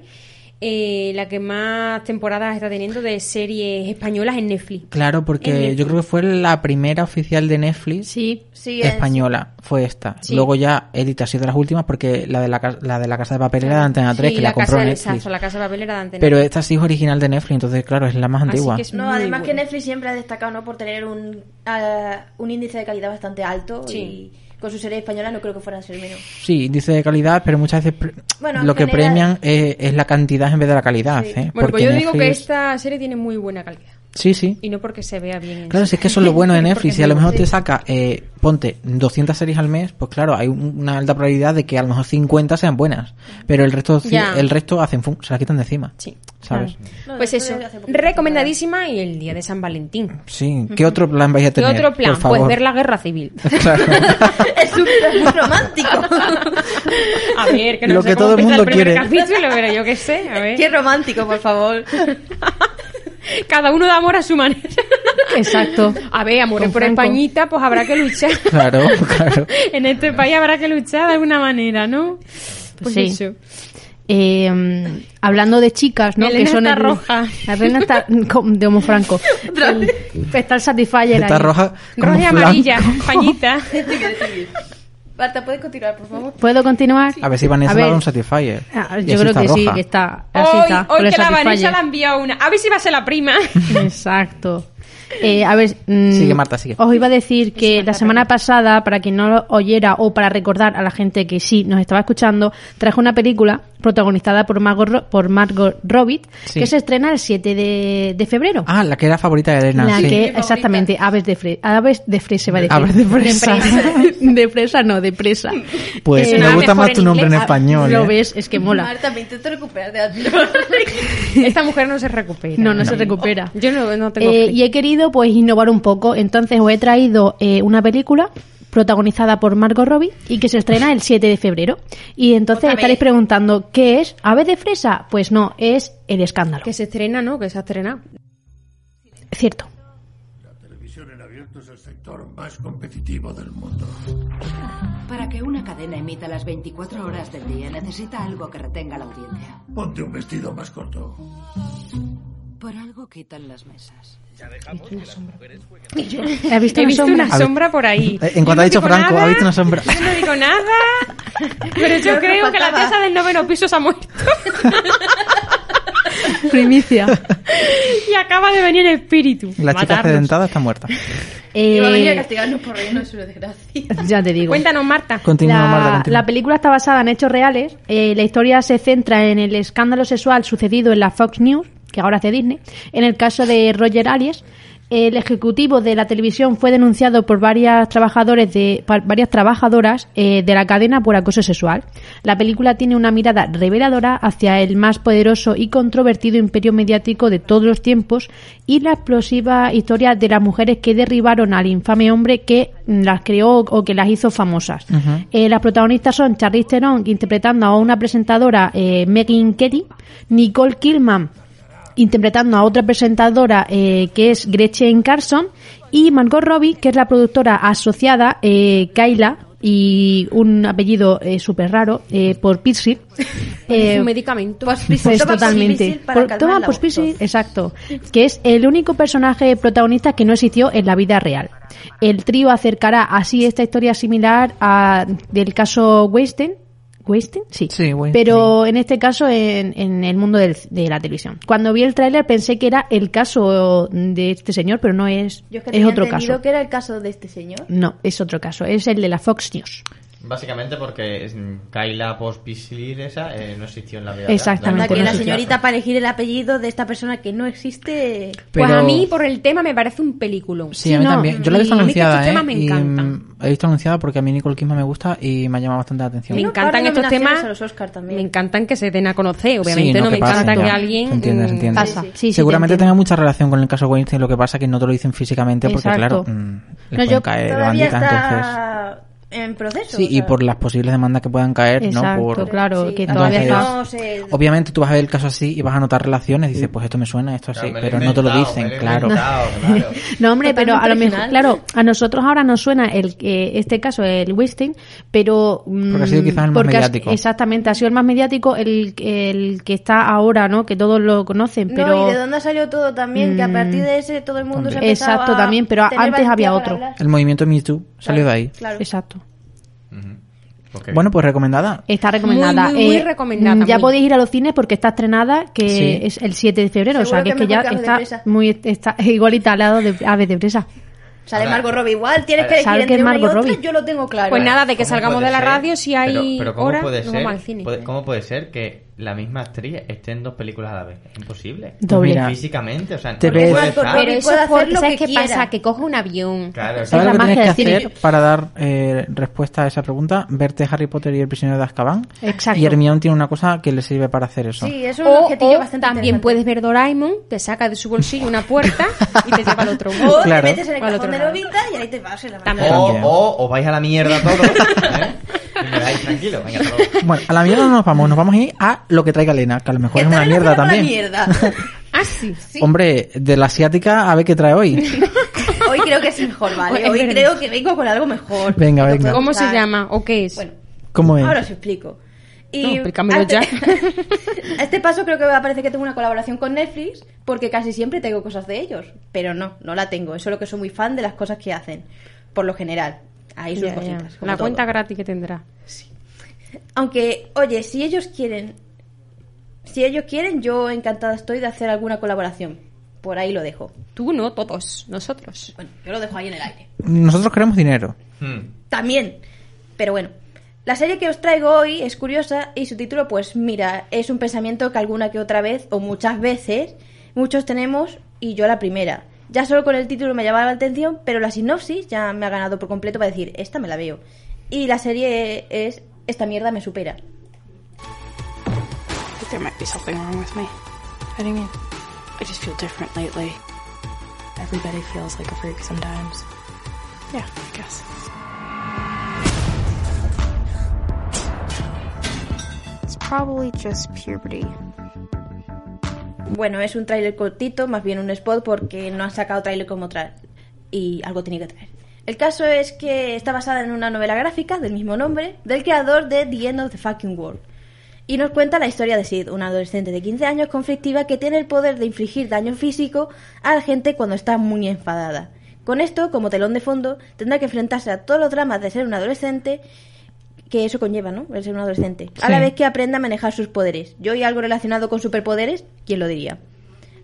eh, la que más temporadas está teniendo de series españolas en Netflix. Claro, En porque Netflix. yo creo que fue la primera oficial de Netflix Sí, sí, es- española, fue esta. Sí. Luego ya Élite ha sido de las últimas, porque la de la, ca- la de la Casa de Papel era de Antena 3, Sí, que la, compró casa de- Netflix. exacto, la casa de papel era de Antena Pero esta sí es original de Netflix, entonces claro, es la más Así antigua. que es- No, Muy además que bueno. Netflix siempre ha destacado ¿no? por tener un, ah, un índice de calidad bastante alto Sí. y con su serie española no creo que fuera a ser menos. [laughs] Sí, dice de calidad, pero muchas veces pre- Bueno, en lo que general- premian eh, es, la cantidad en vez de la calidad. Sí. ¿eh? Bueno, pues Porque yo digo que Netflix- esta serie tiene muy buena calidad. Sí, sí. Y no porque se vea bien. en Claro, sí. si es que eso [laughs] es lo bueno de Porque Netflix. es Si a lo muy mejor bueno. te saca, eh, ponte 200 series al mes, pues claro, hay un- una alta probabilidad de que a lo mejor 50 sean buenas. Pero el resto, ci- Ya. el resto hacen fun- se la quitan de encima. Sí. ¿Sabes? No, Pues después eso, de hace poco. recomendadísima y el día de San Valentín. Sí. ¿Qué otro plan vais a ¿Qué tener? otro plan? Este Por favor. Pues ver la guerra civil. [laughs] Claro. [laughs] es un plan [laughs] romántico. A ver, que no Lo sé que cómo todo el empieza mundo primer quiere. capítulo, pero yo qué sé, a ver. Qué romántico, por [laughs] favor. Cada uno da amor a su manera. exacto. A ver, amor Con por Franco. Españita, pues habrá que luchar. [laughs] Claro, claro. en este país habrá que luchar de alguna manera, ¿no? Pues sí. eso. Eh, mm, hablando de chicas, ¿no? Elena que son está el- roja. La reina está com- de Homo Franco. El- está el Satisfyer Está ahí. roja como Roja y un amarilla, blanco. Españita. Marta, ¿puedes continuar, por favor? ¿Puedo continuar? A ver si Vanessa A le ver. ha dado un Satisfyer. Ah, Y yo así creo está que sí, roja. que está. Así Hoy, está. hoy con el que la Satisfyer. Vanessa la ha enviado una. A ver si va a ser la prima. Exacto. Eh, a ver, mm, Sigue, Marta, sigue. os iba a decir que la semana pasada, para quien no lo oyera o para recordar a la gente que sí nos estaba escuchando, traje una película protagonizada por Margot, Ro- por Margot Robbie Sí. que se estrena el 7 de, de febrero. Ah, la que era favorita de Elena. La sí. que, exactamente, aves de, fre aves de fresa, va a decir. Aves de fresa. [laughs] De fresa, no, de presa. Pues Eh, me nada gusta mejor más tu nombre en inglés. español. Lo ¿eh? ves, es que mola. Marta, me intento recuperar de antes. [laughs] Esta mujer no se recupera. Oh, No, no, se recupera. Yo no, no tengo. Eh, fe. y he querido pues innovar un poco. Entonces os he traído eh, una película protagonizada por Margot Robbie y que se estrena el 7 de febrero. Y entonces estaréis preguntando, ¿qué es? ¿Ave de fresa? Pues no, es El Escándalo. Que se estrena, ¿no? Que se ha estrenado. Cierto. televisión en abierto es el sector más competitivo del mundo. Para que una cadena emita las 24 horas del día, necesita algo que retenga la audiencia. Ponte un vestido más corto. Por algo quitan las mesas. He visto He una visto sombra. una sombra por ahí. Eh, En cuanto Yo ha no dicho digo Franco, nada, ha visto una sombra. Yo no digo nada, pero yo Lo que creo que la faltaba. tesa del noveno piso se ha muerto [laughs] Primicia. y acaba de venir el espíritu. La chica Matarnos. accidentada está muerta. Eh, Y va a venir a castigarnos por reírnos de su desgracia. ya te digo. Cuéntanos, Marta. Continúa, la, Marta, continúa. la película está basada en hechos reales. Eh, la historia se centra en el escándalo sexual sucedido en la Fox News, que ahora hace Disney, en el caso de Roger Arias. El ejecutivo de la televisión fue denunciado por varias trabajadores de par- varias trabajadoras eh, de la cadena por acoso sexual. La película tiene una mirada reveladora hacia el más poderoso y controvertido imperio mediático de todos los tiempos y la explosiva historia de las mujeres que derribaron al infame hombre que mm, las creó o que las hizo famosas. Ujú. Eh, las protagonistas son Charlize Theron interpretando a una presentadora eh, Megan Kelly, Nicole Kidman interpretando a otra presentadora eh, que es Gretchen Carson y Margot Robbie que es la productora asociada eh, Kayla y un apellido eh, súper raro eh, por Pixie. [laughs] Es Eh, un medicamento. pues totalmente. Por- toma Pospisil, exacto. Que es el único personaje protagonista que no existió en la vida real. El trío acercará así esta historia similar a del caso Weinstein. ¿Weinstein? Sí. Pero en este caso en, en el mundo del- de la televisión. Cuando vi el tráiler pensé que era el caso de este señor, pero no es. Yo es que es tenía otro entendido caso. que era el caso de este señor. No, es otro caso. Es el de la Fox News. Básicamente porque es- Kayla Pospisil esa eh, no existió en la vida. Anda, real. que la señorita para elegir el apellido de esta persona que no existe. Pues [laughs] Pero- a mí, por el tema, me parece un película. Sí, a mí también. Yo la he visto A mí anunciada, que ¿eh? estos temas me Y, encantan. mm, he visto anunciada porque a mí Nicole Kidman me gusta y me ha llamado bastante la atención. Me encantan estos temas. Me encantan que se den a conocer, Sí, obviamente. no, que me pasa, encanta ya. que Se alguien entiende, se mm, entiende. pasa. Seguramente tenga mucha relación con el caso Weinstein, lo que pasa que no te lo dicen físicamente porque, claro, Exacto. mm, le No, pueden yo caer de Todavía bandita, entonces... está en proceso. Sí, o y sea, por las posibles demandas que puedan caer, Exacto, Eh, ¿no? Por... claro, que Entonces, todavía no sé. Obviamente tú vas a ver el caso así y vas a notar relaciones, dices, pues esto me suena, esto así, me lo he pero no te lo inventado, dicen, me lo he claro. inventado, [laughs] claro. No, hombre, pero a lo Totalmente mejor, original. claro, a nosotros ahora nos suena el eh, este caso, el Weinstein, pero... mm, Porque ha sido quizás el más porque ha- mediático. exactamente, ha sido el más mediático, el, el que está ahora, ¿no? Que todos lo conocen, pero... No, y de dónde ha salido todo también, que a Mm. partir de ese todo el mundo se ha empezado Exacto, a también, pero tener antes valentía había para otro. hablar. El movimiento Me Too salió de ahí. Exacto. Bueno, pues recomendada. Está recomendada. Muy, muy, muy Eh, recomendada, Ya muy. podéis ir a los cines porque está estrenada, que Sí. es el 7 de febrero, o sea, Seguro que, que es que ya mejor que Aves de está Presa. muy está igualita al lado de Aves de Presa. Sale Ahora- Margot Robbie igual, tienes que Ahora- elegir Sabe que entre es una y Margot otra, Robbie. yo lo tengo claro. Pues nada, de que ¿Cómo salgamos puede de la ser? radio si Pero- hay pero ¿cómo hora, puede nos ser, vamos al cine. puede- ¿Cómo puede ser que la misma actriz esté en dos películas a la vez? Es imposible. Doble. Mira, Físicamente, o sea, te no ves- puede Margot estar. Pero Ah, puede eso es porque, hacer lo ¿sabes que qué quiera. pasa? Que coge un avión. Claro, es ¿Sabes lo que magia tienes que del hacer cine. para dar eh, respuesta a esa pregunta? Verte Harry Potter y el prisionero de Azkaban. Exacto. Y Hermione tiene una cosa que le sirve para hacer eso. es un objetillo bastante También puedes ver Doraemon, te saca de su bolsillo una puerta y te lleva al [laughs] otro mundo. O te Claro. Pues metes en el Al cajón otro de lado. Lobita y ahí te vas en la mano. O, o os vais a la [laughs] mierda todos. ¿eh? Y me dais tranquilo, venga, todos. Bueno, a la mierda no nos vamos, nos vamos a ir a lo que traiga Elena, que a lo mejor es una mierda Para la también. [laughs] mierda. Ah, sí. Hombre, de la asiática a ver qué trae hoy. Hoy creo que es mejor, ¿vale? Es Hoy verdad. creo que vengo con algo mejor. Venga, venga. ¿Cómo se Claro. llama o qué es? ¿Cómo es? Ahora os explico. No, Y explícamelo a, [laughs] ya. a este paso creo que va a parecer que tengo una colaboración con Netflix porque casi siempre tengo cosas de ellos. Pero no, no la tengo. Es solo que soy muy fan de las cosas que hacen, por lo general. Ahí sus Ya, ya. cositas. como La todo. cuenta gratis que tendrá. Aunque, oye, si ellos quieren, si ellos quieren, yo encantada estoy de hacer alguna colaboración. Por ahí lo dejo. Tú no, todos, nosotros. Bueno, yo lo dejo ahí en el aire. Nosotros queremos [laughs] dinero. Hmm. También. Pero bueno. La serie que os traigo hoy es curiosa y su título, pues mira, es un pensamiento que alguna que otra vez, o muchas veces, muchos tenemos y yo la primera. Ya solo con el título me llamaba la atención, pero la sinopsis ya me ha ganado por completo para decir, esta me la veo. Y la serie es Esta mierda me supera. think there might be something wrong with me. What do you mean? I just feel different lately. Everybody feels like a freak sometimes. Yeah, I guess. It's probably just puberty. Bueno, es un tráiler cortito, más bien un spot porque no han sacado tráiler como tal. Y algo tenía que traer. El caso es que está basada en una novela gráfica del mismo nombre, del creador de The End of the Fucking World. Y nos cuenta la historia de Sid, una adolescente de 15 años conflictiva que tiene el poder de infligir daño físico a la gente cuando está muy enfadada. Con esto, como telón de fondo, tendrá que enfrentarse a todos los dramas de ser un adolescente que eso conlleva, ¿no? El ser un adolescente. A la Sí. vez que aprenda a manejar sus poderes. Yo y algo relacionado con superpoderes, ¿quién lo diría?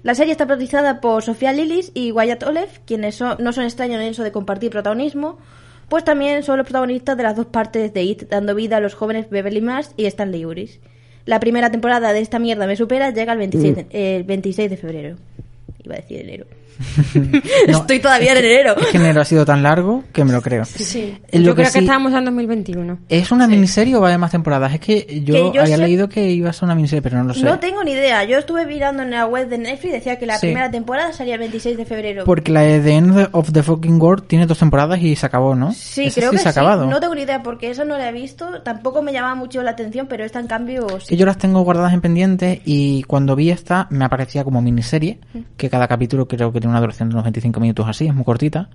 La serie está protagonizada por Sofía Lillis y Wyatt Olef, quienes son- no son extraños en eso de compartir protagonismo, pues también son los protagonistas de las dos partes de IT, dando vida a los jóvenes Beverly Mars y Stanley Uris. La primera temporada de esta mierda me supera llega el 26, Mm. de- el 26 de febrero. Iba a decir enero. Estoy todavía en enero. Es que enero ha sido tan largo que me lo creo. Es lo Yo creo que, sí- estábamos en 2021. ¿Es una miniserie o va de más temporadas? Es que yo, Que yo había sé- leído que iba a ser una miniserie, pero no lo sé. No tengo ni idea. Yo estuve mirando en la web de Netflix y decía que la Sí. primera temporada salía el 26 de febrero. Porque la de The End of the Fucking World tiene dos temporadas y se acabó, ¿no? Sí, Esa creo que se ha sí. acabado. No tengo ni idea porque esa no la he visto. Tampoco me llamaba mucho la atención, pero esta en cambio que sí. yo las tengo guardadas en pendiente y cuando vi esta me aparecía como miniserie, Mm. que cada capítulo creo que tiene una duración de unos 25 minutos así, es muy cortita.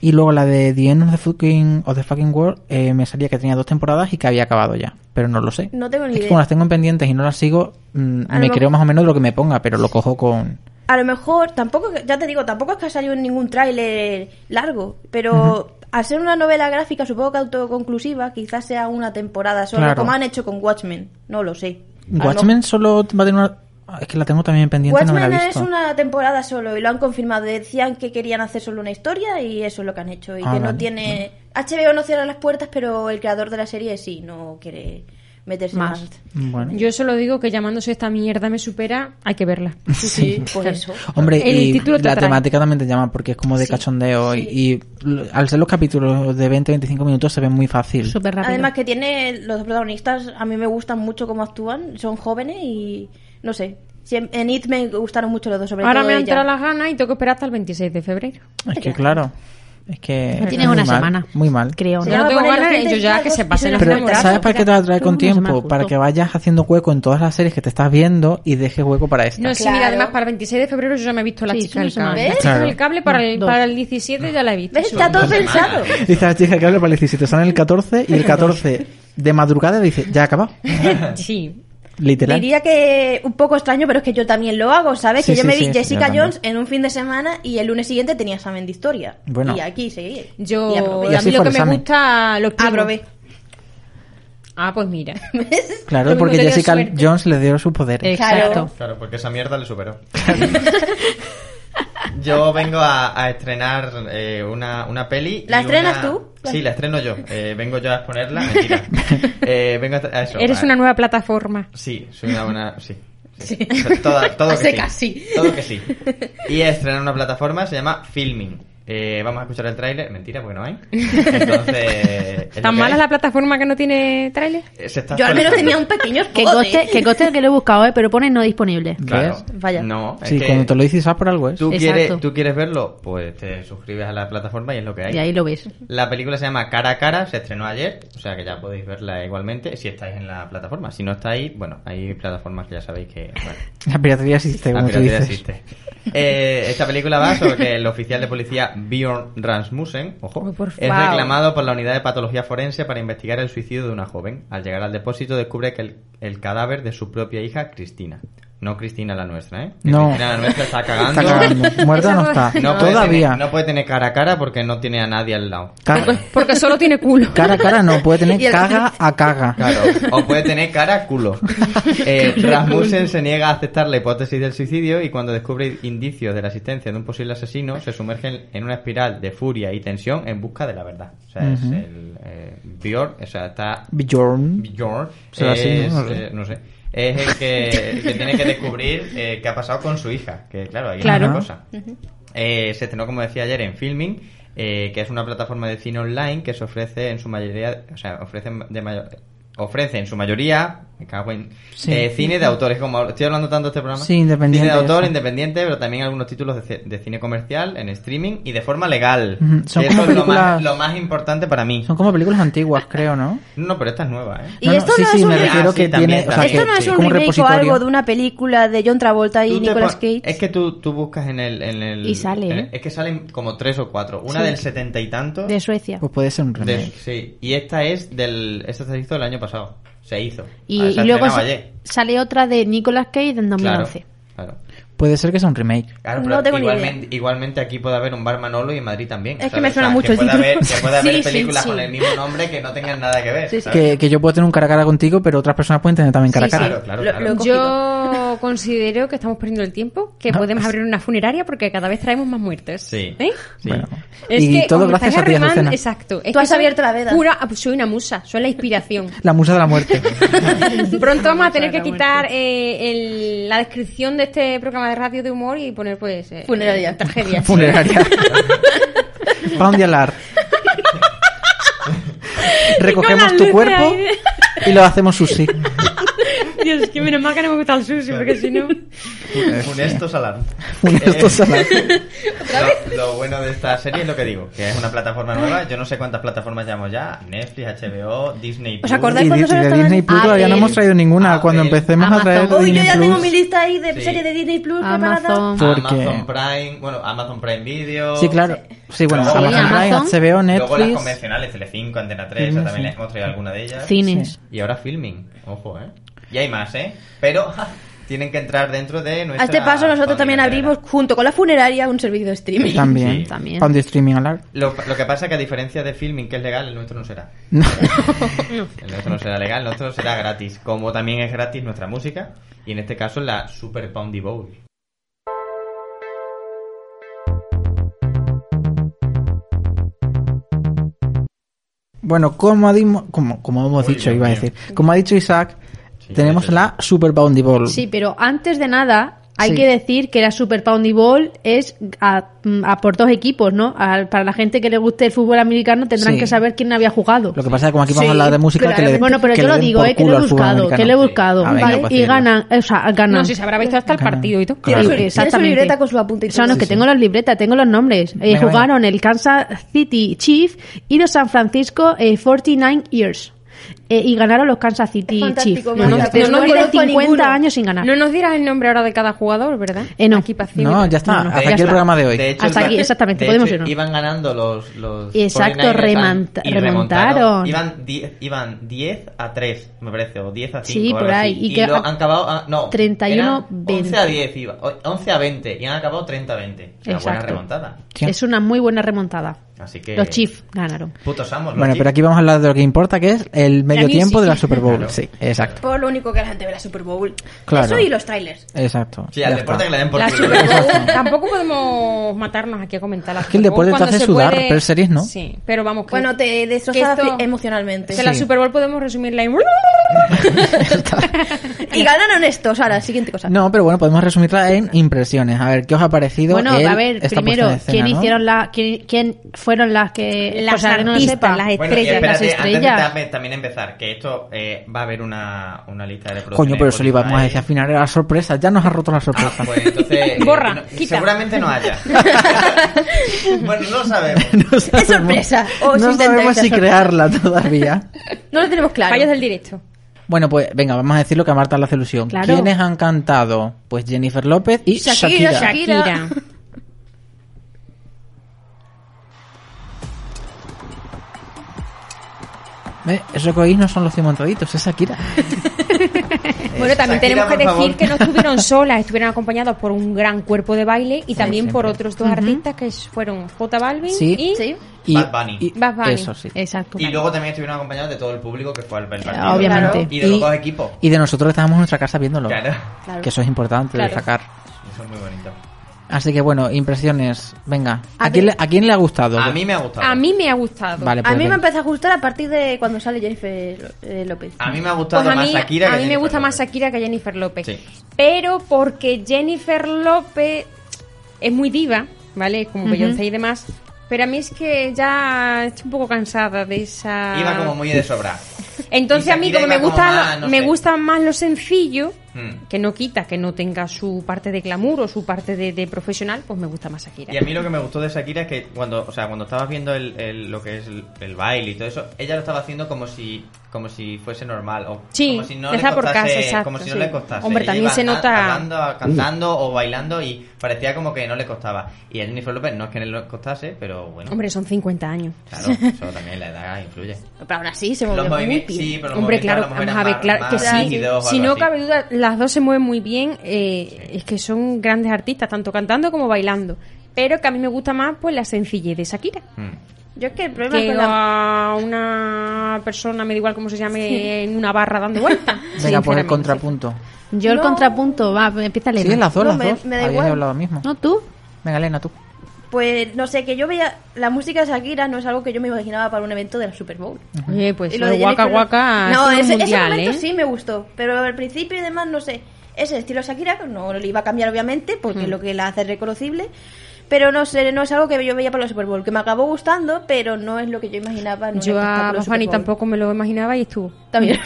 Y luego la de The End of the Fucking, of the fucking World eh, me salía que tenía dos temporadas y que había acabado ya, pero no lo sé. No tengo ni es que idea. Ah, como las tengo en pendientes y no las sigo, mm, A lo me mejor- creo más o menos lo que me ponga, pero lo cojo con... A lo mejor, tampoco, ya te digo, tampoco es que ha salido en ningún tráiler largo, pero al ser una novela gráfica, supongo que autoconclusiva, quizás sea una temporada solo, Claro. como han hecho con Watchmen. No lo sé. A lo Watchmen solo va a tener una... Ah, Es que la tengo también pendiente, Watchmen no me la he es visto. una temporada solo y lo han confirmado. Decían que querían hacer solo una historia y eso es lo que han hecho. Y Ah, que no vale. tiene. HBO no cierra las puertas, pero el creador de la serie sí, no quiere meterse más. Más. Yo solo digo que llamándose esta mierda me supera, hay que verla. Sí, por eso. Hombre, El y título te la atrae. temática también te llama porque es como de cachondeo y- y, l- al ser los capítulos de 20-25 minutos se ven muy fácil. Además, que tiene. Los protagonistas a mí me gustan mucho cómo actúan, son jóvenes y. No sé. Siem- En It me gustaron mucho los dos, [laughs] sobre Ahora todo me han ella. entrado las ganas y tengo que esperar hasta el 26 de febrero. Es que claro, es que... Tienes muy una mal, semana. Muy mal. Creo, Sí. Yo no tengo ganas, ellos ya que se pasen los Pero enamorados. ¿sabes para qué te va a traer con Una semana tiempo? Para justo. que vayas haciendo hueco en todas las series que te estás viendo y dejes hueco para esta. No, sí, mira, además para el 26 de febrero yo ya me he visto la Sí, chica una del semana. cable. ¿Ves? La chica Claro. del cable para el, Dos. para el 17 ya la he visto. ¿Ves? Está todo pensado. [laughs] Dice la chica que habla para el 17, sale el 14 y el 14 de madrugada dice, ya ha acabado. [laughs] Sí. Literal. Diría que un poco extraño, pero es que yo también lo hago, ¿sabes? Sí, que yo sí, me sí, vi sí, yo Jessica también. Jones en un fin de semana y el lunes siguiente tenía examen de historia. Bueno. Y aquí seguí. Yo, Y aprobé. Y a así mí lo fue que el me examen. gusta, los primos. Aprobé. Ah, [laughs] pues mira. Claro, Lo porque mismo te dio Jessica suerte. Eh, Jones le dio sus poderes. Exacto. Claro, porque esa mierda [laughs] le superó. Yo vengo a, a estrenar eh, una, una peli. y ¿La estrenas una- tú? Sí, la estreno yo. Eh, vengo yo a [laughs] exponerla. Mentira. Eh, vengo a, estre- a eso. Eres a- una nueva plataforma. Sí, soy una buena. Sí. sí. Toda- todo A que secas, sí. sí. Todo que sí. Y estrenar una plataforma se llama Filming. Eh, vamos a escuchar el tráiler. Mentira, porque no hay. Entonces. es lo ¿Tan que mala hay. la plataforma que no tiene tráiler? Eh, se está Yo al menos actualizando. tenía un [laughs] pequeño Que escote. coste, que coste que lo he buscado, ¿eh? pero pone no disponible. Claro. Vaya. No, es Sí, que- cuando te lo dices, ¿sabes por algo ¿eh? es? eh, ¿Tú Exacto. quieres, ¿Tú quieres verlo? Pues te suscribes a la plataforma y es lo que hay. Y ahí lo ves. La película se llama Cara a Cara, se estrenó ayer, o sea que ya podéis verla igualmente si estáis en la plataforma. Si no estáis, bueno, hay plataformas que ya sabéis que... bueno, La piratería existe, la como tú piratería dices. existe. Eh, esta película va sobre que el oficial de policía Bjorn Rasmussen, ojo, es favor. reclamado por la unidad de patología forense para investigar el suicidio de una joven. Al llegar al depósito descubre que el, el cadáver de su propia hija, Cristina. No Cristina la nuestra, ¿eh? Que No. Cristina la nuestra está cagando. Está [laughs] cagando. Muerta no está. puede Todavía. tener- no puede tener cara a cara porque no tiene a nadie al lado. Ca- Porque solo tiene [laughs] culo. cara a cara no, puede [laughs] Y tener el- caga a caga. Claro, o puede tener cara a culo. Eh, Rasmussen se niega a aceptar la hipótesis del suicidio y cuando descubre indicios de la existencia de un posible asesino, se sumerge en una espiral de furia y tensión en busca de la verdad. O sea, es Ujú. el eh, Björn, o sea, está Bjorn. Bjorn ¿Será así? es, No sé. eh, no sé. Es el que, que tiene que descubrir eh, qué ha pasado con su hija. Que claro, ahí Claro. es una cosa. Eh, se estrenó, como decía ayer, en Filming, eh, que es una plataforma de cine online que se ofrece en su mayoría, o sea, ofrece de mayo- ofrece en su mayoría me cago en, Sí. eh, cine de autores, como estoy hablando tanto de este programa. Sí, independiente, Cine de autor, eso. independiente, pero también algunos títulos de, ce- de cine comercial, en streaming y de forma legal. Ujú, son Que como eso es lo más, películas- lo más importante para mí. Son como películas antiguas, creo, ¿no? No, pero esta es nueva, ¿eh? Y esto sí, no sí, es un me remake. refiero Ah, sí, que también, tiene. o sea, también. que- Esto no que es un como remake o repositorio. algo de una película de John Travolta Tú y te Nicolas pon- Cage. Es que tú, tú buscas en el, en el- Y sale, en- ¿eh? Es que salen como tres o cuatro. Una Sí. del setenta y tanto. De Suecia. Pues puede ser un de- remake. sí. Y esta es del. Esta se hizo el año pasado. Se hizo. Y, Ah, y se ha luego estrenado sa- ayer. sale otra de Nicolas Cage en 2011. Claro. Puede ser que sea un remake. Claro, No pero tengo ni igualmente, igualmente aquí puede haber un bar Manolo y en Madrid también. Es que me suena mucho que el puede título. haber, que puede haber [laughs] Sí, sí, películas sí. ¿Eh? con el mismo nombre que no tengan nada que ver. ¿sabes? Que, que yo puedo tener un cara a cara contigo, pero otras personas pueden tener también cara a Sí, sí. cara. Claro, claro, Lo- claro. lo [laughs] he Yo considero que estamos perdiendo el tiempo, que No. podemos abrir una funeraria porque cada vez traemos más muertes. Sí. ¿Eh? Bueno. Es y que todo os gracias a estáis ti, arrimando- Azucena. Exacto. Es Tú que has soy abierto la veda. pura- soy una musa, soy la inspiración. La [laughs] musa de la muerte. [laughs] [laughs] Pronto vamos a tener que quitar eh, el- la descripción de este programa de radio de humor y poner pues eh, [laughs] Funeraria. tragedias. Funeraria. Pound y alar. Recogemos tu cuerpo y lo hacemos sushi. Dios, es que menos mal que no me gusta el sushi, porque [laughs] si no. Funestos alarm. [laughs] Eh, Funestos alarm. Lo, lo bueno de esta serie es lo que digo, que es una plataforma nueva. Yo no sé cuántas plataformas llamo ya. Netflix, HBO, Disney Plus. y di- de Disney Plus todavía no hemos traído ninguna. Cuando empecemos a traer Uy, yo Disney ya Plus, tengo mi lista ahí de Sí. series de Disney Plus Amazon. preparada. Porque- Amazon Prime, bueno, Amazon Prime Video. Sí, claro. Sí, bueno, Luego- Amazon Sí, Prime, Amazon. HBO, Luego las Netflix. convencionales, Telecinco, Antena 3, Filmin, también sí. les hemos traído alguna de ellas. Cines. Sí. Y ahora filming, ojo, ¿eh? Y hay más, ¿eh? Pero tienen que entrar dentro de A nuestra... este paso nosotros también abrimos junto con la funeraria un servicio de streaming. también. Pound y streaming alarm. Lo, lo que pasa es que a diferencia de filming, que es legal, el nuestro no será. [laughs] El nuestro no será legal, el nuestro será gratis. Como también es gratis nuestra música, y en este caso la Super Poundy Bowl. Bueno, como, ha dimo- como, como hemos dicho, iba a decir. Como ha dicho Isaac, tenemos la Super Bounty Ball. Sí, pero antes de nada, hay Sí. que decir que la Super Poundy Ball es a, a por dos equipos, ¿no? Al- para la gente que le guste el fútbol americano tendrán Sí. que saber quién había jugado. Lo que pasa es que como aquí vamos Sí, a hablar de música, que le Bueno, pero que le yo lo den digo, por eh, que lo culo he al fútbol buscado, que lo he americano. buscado, Ah, venga, ¿vale? pues Y decirlo. ganan, eh, o sea, ganan. No, si se habrá visto hasta el partido y todo. Claro. Sí, Tiene su exactamente. libreta con su apunte y Son los todo. que Sí, tengo las libretas, tengo los nombres. Eh, Venga, jugaron el Kansas City Chiefs y los San Francisco eh, 49 Years. Eh, y ganaron los Kansas City Chiefs. Fantástico, No, Manu. no, Después No de conozco 50 a ninguno. años sin ganar. No nos dirás el nombre ahora de cada jugador, ¿verdad? Eh, no. Eh, No, ya está. hasta aquí el programa de hoy. De hecho, Hasta el- aquí, exactamente, de podemos hecho, irnos. Iban ganando los. los Exacto, 49ers an- remont- y remontaron. Iban 10, iban 10 a 3, me parece, o 10 a 5. Sí, o algo por ahí. así. Y Y, que lo a- han acabado. a- no, 31, eran 20. 11 a 10, iba, o- 11 a 20, y han acabado 30 a 20. Una buena Exacto. remontada. Es una muy buena remontada. Así que. Los Chiefs ganaron. Putos amos. los Bueno, pero Chiefs. aquí vamos a hablar de lo que importa, que es el medio music. tiempo de la Super Bowl. Sí, exacto. Por lo único que la gente ve la Super Bowl. Claro. Eso y los trailers. Exacto. Sí, al Ya está. deporte que le den por La culo. Super Bowl, tampoco podemos matarnos aquí a comentar la Es que el Super Bowl deporte te cuando hace se sudar, puede- pero series no. Sí, pero vamos. que- Bueno, te destrozaba que esto- fi- emocionalmente. Que la Super Bowl podemos resumirla en... [laughs] Y ganaron estos. Ahora, siguiente cosa. No, pero bueno, podemos resumirla en impresiones. A ver, ¿qué os ha parecido? Bueno, el- a ver, esta primero, puesta en escena, ¿quién no? hicieron la, quién, quién fueron las que Las o sea, que no lo artistas, sepa? las Bueno, y las espérate, antes de estrellas. tam- también empezar, que esto eh, va a haber una, una lista de reproducción. Coño, pero eso de le íbamos a Spotify. decir al final, era la sorpresa. Ya nos ha roto la sorpresa. [laughs] [laughs] Pues entonces. eh, Borra, no- quita. Seguramente [laughs] no haya. bueno, no [laughs] lo sabemos. es sorpresa, os no intentáis sabemos hacer si sorpresa. crearla todavía. No lo tenemos claro. Fallos del directo. Bueno, pues venga, vamos a decir lo que a Marta le hace ilusión. Claro. ¿Quiénes han cantado? Pues Jennifer López y Shakira. Shakira, Shakira. [laughs] Shakira. ¿Ve? Eso que oís no son los cimentaditos, es Shakira. Muy Bueno, también Eh, Shakira, tenemos que por favor. decir que no estuvieron solas, estuvieron acompañados por un gran cuerpo de baile y también por otros dos artistas que fueron J Balvin Sí. y, Y- [laughs] Bad Bunny. y- Bad Bunny. Eso sí. Exacto. Y luego también estuvieron acompañados de todo el público que fue al ver el partido. Obviamente. Y de los dos equipos. Y de nosotros que estábamos en nuestra casa viéndolo. Claro. Que eso es importante Claro. destacar. Eso es muy bonito. Así que bueno, impresiones. Venga. A ¿A quién, ver. le, ¿A quién le ha gustado? A mí me ha gustado. A mí me ha gustado. Vale, a pues mí me venga. empezó a gustar a partir de cuando sale Jennifer eh, López. A mí me ha gustado Pues a más mí- Shakira a que mí me Jennifer gusta Lopez. más Shakira que Jennifer López. Sí. Pero porque Jennifer López es muy diva, ¿vale? Como Ujú. Beyoncé y demás. Pero a mí es que ya estoy un poco cansada de esa... Iba como muy de sobra. Entonces Y a mí como Shakira me iba como gusta lo- más, no me sé. gusta más lo sencillo, Mm. que no quita que no tenga su parte de glamour o su parte de, de profesional, pues me gusta más Shakira. Y a mí lo que me gustó de Shakira es que cuando, o sea, cuando estabas viendo el, el- lo que es el, el baile y todo eso, ella lo estaba haciendo como si como si fuese normal o Sí, como si no le está por costase, casa, exacto, como si no sí. le costase. Hombre, Ella también iba se a- nota- hablando, a- cantando o bailando y parecía como que no le costaba. Y a Jennifer López no es que no le costase, pero bueno, Hombre, son 50 años. claro, eso también la edad influye. Pero aún así se Los movió muy movimi- bien. sí, pero los Hombre, movimientos claro, a lo mejor vamos a eran ver, más- claro más que sí. rígidos o Si algo no así. cabe duda, las dos se mueven muy bien. eh, Es que son grandes artistas, tanto cantando como bailando. Pero que a mí me gusta más pues la sencillez de Shakira. Mm. Yo es que el problema Que con la... a una persona, me da igual cómo se llame, Sí. en una barra dando [laughs] vueltas. Venga, pues el contrapunto. Yo el No. contrapunto, va, empieza Sí, Elena. las dos, No, las me- dos. me da Habías igual. hablado mismo. No, tú. Venga, Elena, tú. Pues no sé, que yo veía la música de Shakira no es algo que yo me imaginaba para un evento de la Super Bowl. Oye, pues Y lo lo de de Waka Jennifer Lopez- Waka No, ese, es un ese mundial, momento ¿eh? sí me gustó, pero al principio y demás no sé. Ese estilo Shakira no lo iba a cambiar obviamente Hmm. porque es lo que la hace reconocible, pero no sé, no es algo que yo veía para la Super Bowl, que me acabó gustando, pero no es lo que yo imaginaba en un Yo a espectáculo Super Bafani Bowl. tampoco me lo imaginaba y estuvo. También,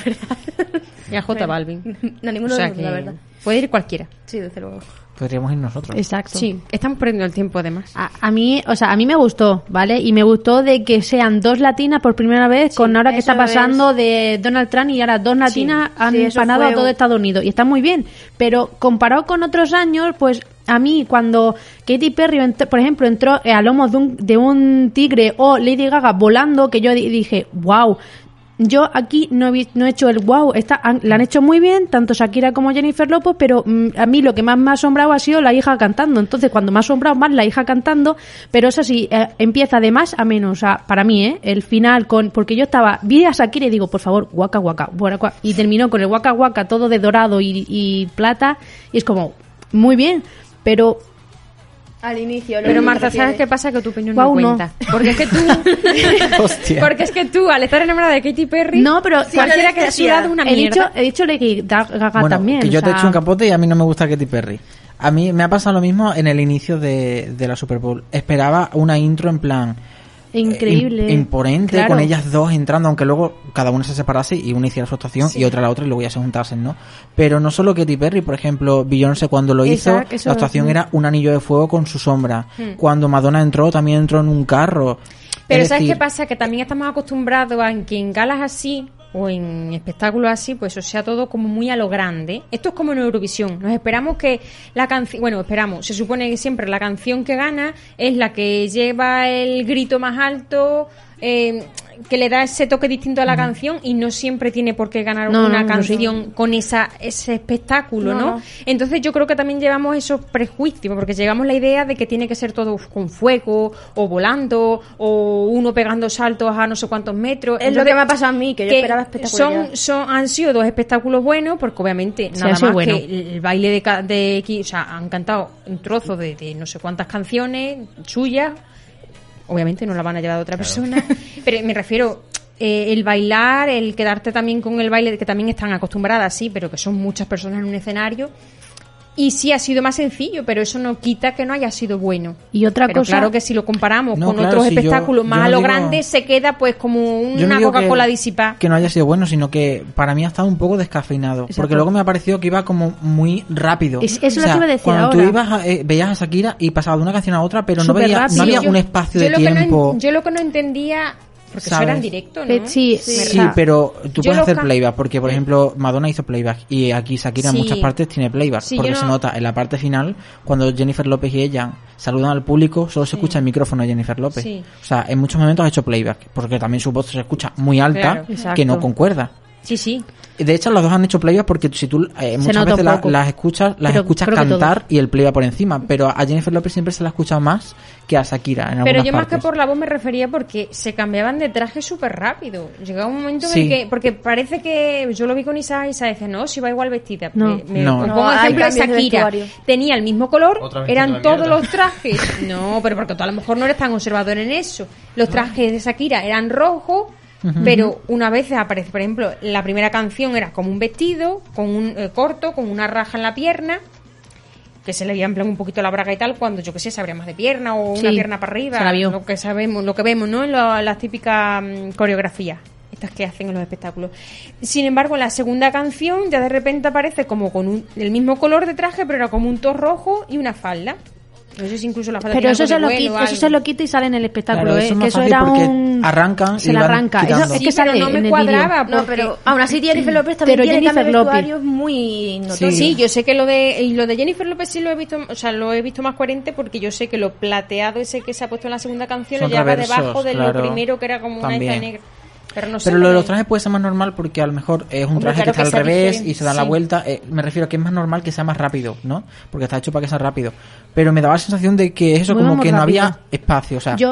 Y a J Balvin. [laughs] No, ninguno O sea de los dos, la que verdad. Puede ir cualquiera. [laughs] Sí, desde luego. Podríamos ir nosotros. Exacto. Sí, estamos perdiendo el tiempo además. A, a mí, o sea, a mí me gustó, ¿vale? Y me gustó de que sean dos latinas por primera vez, con ahora que eso está pasando de Donald Trump y ahora dos latinas Sí, han sí, eso empanado fue a todo un- Estados Unidos. Y está muy bien, pero comparado con otros años, pues a mí cuando Katy Perry, ent- por ejemplo, entró eh, a lomos de un, de un tigre o Lady Gaga volando, que yo di- dije, wow. Yo aquí no he, vi- no he hecho el wow, está, han- la han hecho muy bien, tanto Shakira como Jennifer López, pero mm, a mí lo que más me ha asombrado ha sido la hija cantando. Entonces, cuando me ha asombrado más la hija cantando, pero eso sí, eh, empieza de más a menos, o sea, para mí, ¿eh? El final con, porque yo estaba, vi a Shakira y digo, por favor, guaca, guaca, guaca, guaca, y terminó con el guaca, guaca, todo de dorado y, y plata, y es como, muy bien, pero Al inicio. lo que Pero me Marta, ¿sabes refiere. qué pasa? Que tu opinión Guau, no no. cuenta. Porque es que tú. [laughs] Porque es que tú, al estar enamorada de Katy Perry. No, pero cualquiera que sí, su lado una he dicho, mierda. he dicho Lady Gaga bueno, también. que o yo te sea, echo un capote y a mí no me gusta Katy Perry. A mí me ha pasado lo mismo en el inicio de, de la Super Bowl. Esperaba una intro en plan increíble. im- imponente, Claro. con ellas dos entrando, aunque luego cada una se separase y una hiciera su actuación y otra la otra y luego ya se juntasen, ¿no? Pero no solo Katy Perry, por ejemplo, Beyoncé cuando lo hizo, Exacto, eso la es- actuación era un anillo de fuego con su sombra. Hmm. Cuando Madonna entró, también entró en un carro. Pero Es ¿sabes decir, qué pasa? Que también estamos acostumbrados a que en galas así o en espectáculos así, pues o sea todo como muy a lo grande. Esto es como en Eurovisión. Nos esperamos que la canción, bueno, esperamos, se supone que siempre la canción que gana es la que lleva el grito más alto, eh, que le da ese toque distinto a la canción y no siempre tiene por qué ganar No, una no, no, sí. canción con esa, ese espectáculo, No, ¿no? no. Entonces yo creo que también llevamos esos prejuicios, porque llevamos la idea de que tiene que ser todo con fuego, o volando, o uno pegando saltos a no sé cuántos metros. Es lo que me ha pasado a mí, que yo esperaba espectacularidad. Son, son, han sido dos espectáculos buenos, porque obviamente Sí, nada ha sido más bueno. que el el baile de, ca- de Ki- o sea, han cantado un trozo de, de no sé cuántas canciones suyas, obviamente no la van a llevar a otra [laughs] persona, pero me refiero eh, el bailar, el quedarte también con el baile, que también están acostumbradas, sí, pero que son muchas personas en un escenario. Y sí ha sido más sencillo, pero eso no quita que no haya sido bueno. Y otra Pero cosa- claro que si lo comparamos No, con claro, otros si yo- espectáculos más yo a no lo digo- grande, se queda pues como Yo no una digo Coca-Cola que- disipada. Que no haya sido bueno, sino que para mí ha estado un poco descafeinado. Porque luego me ha parecido que iba como muy rápido. Es- eso es lo que iba a decir Cuando tú ahora. ibas a- eh, veías a Shakira y pasabas de una canción a otra, pero no, Súper veía, no rápido. había Sí, yo- un espacio Ah, yo de lo que no en- tiempo. yo lo que no entendía, porque eso ¿Sabes? era en directo, Pe- ¿no? sí, Sí, ¿verdad? pero tú Yo puedes lo hacer ca- playback, porque por ejemplo Madonna hizo playback y aquí Shakira Sí. en muchas partes tiene playback, Sí, porque yo no- se nota en la parte final cuando Jennifer López y ella saludan al público, solo se escucha el micrófono de Jennifer López. Sí. O sea, en muchos momentos ha hecho playback, porque también su voz se escucha muy alta Claro. que no Exacto. concuerda. Sí, sí. De hecho, los dos han hecho playback porque si tú eh, muchas nota veces un la- poco. las escuchas, las Creo- escuchas creo que cantar todos. y el playback por encima, pero a Jennifer López siempre se la escucha más que a Shakira en Pero algunas yo más partes. que por la voz me refería porque se cambiaban de traje súper rápido. Llegaba un momento en Sí. el que... Porque parece que... Yo lo vi con Isa y Isa decía, no, si va igual vestida. No. Me- me- No. os No, pongo hay ejemplo de cambios de Shakira. vestuario. Tenía el mismo color, Otra vez eran toda todos mierda. [laughs] los trajes. No, pero porque tú a lo mejor no eres tan conservador en eso. Los trajes de Shakira eran rojos, Ujú. pero una vez aparece, por ejemplo, la primera canción era como un vestido, con un eh, corto, con una raja en la pierna, que se le veía en plan un poquito la braga y tal, cuando yo que sé, se abría más de pierna o una Sí, pierna para arriba, se la vio. lo que sabemos, lo que vemos, ¿no? En la- las típicas mm, coreografías, estas que hacen en los espectáculos. Sin embargo, en la segunda canción ya de repente aparece como con un- el mismo color de traje, pero era como un top rojo y una falda. No sé si incluso la falda Pero tenía eso algo se, de lo vuelo o quita, eso algo. se lo quita y sale en el espectáculo, Claro, ¿eh? eso es que más eso fácil era porque un... arrancan y Se la van arranca. Eso quitando. es Sí, que pero sale no en me el vídeo. mm, cuadraba, No, porque- pero aún así Jennifer López también Pero tiene Jennifer cambios de López. vestuarios muy notorios. Sí, yo sé que lo de y lo de Jennifer López sí lo he visto, o sea, lo he visto más coherente porque yo sé que lo plateado ese que se ha puesto en la segunda canción Son lo llevaba reversos, debajo de claro. lo primero que era como una También. esta negra. Pero no sé. Pero lo de no los me- trajes puede ser más normal porque a lo mejor es un Hombre, traje claro que está que al sea revés diferente, y se dan la sí. vuelta. Eh, me refiero a que es más normal que sea más rápido, ¿no? Porque está hecho para que sea rápido. Pero me daba la sensación de que eso, Muy como vamos que no rápido. había espacio. O sea, Yo-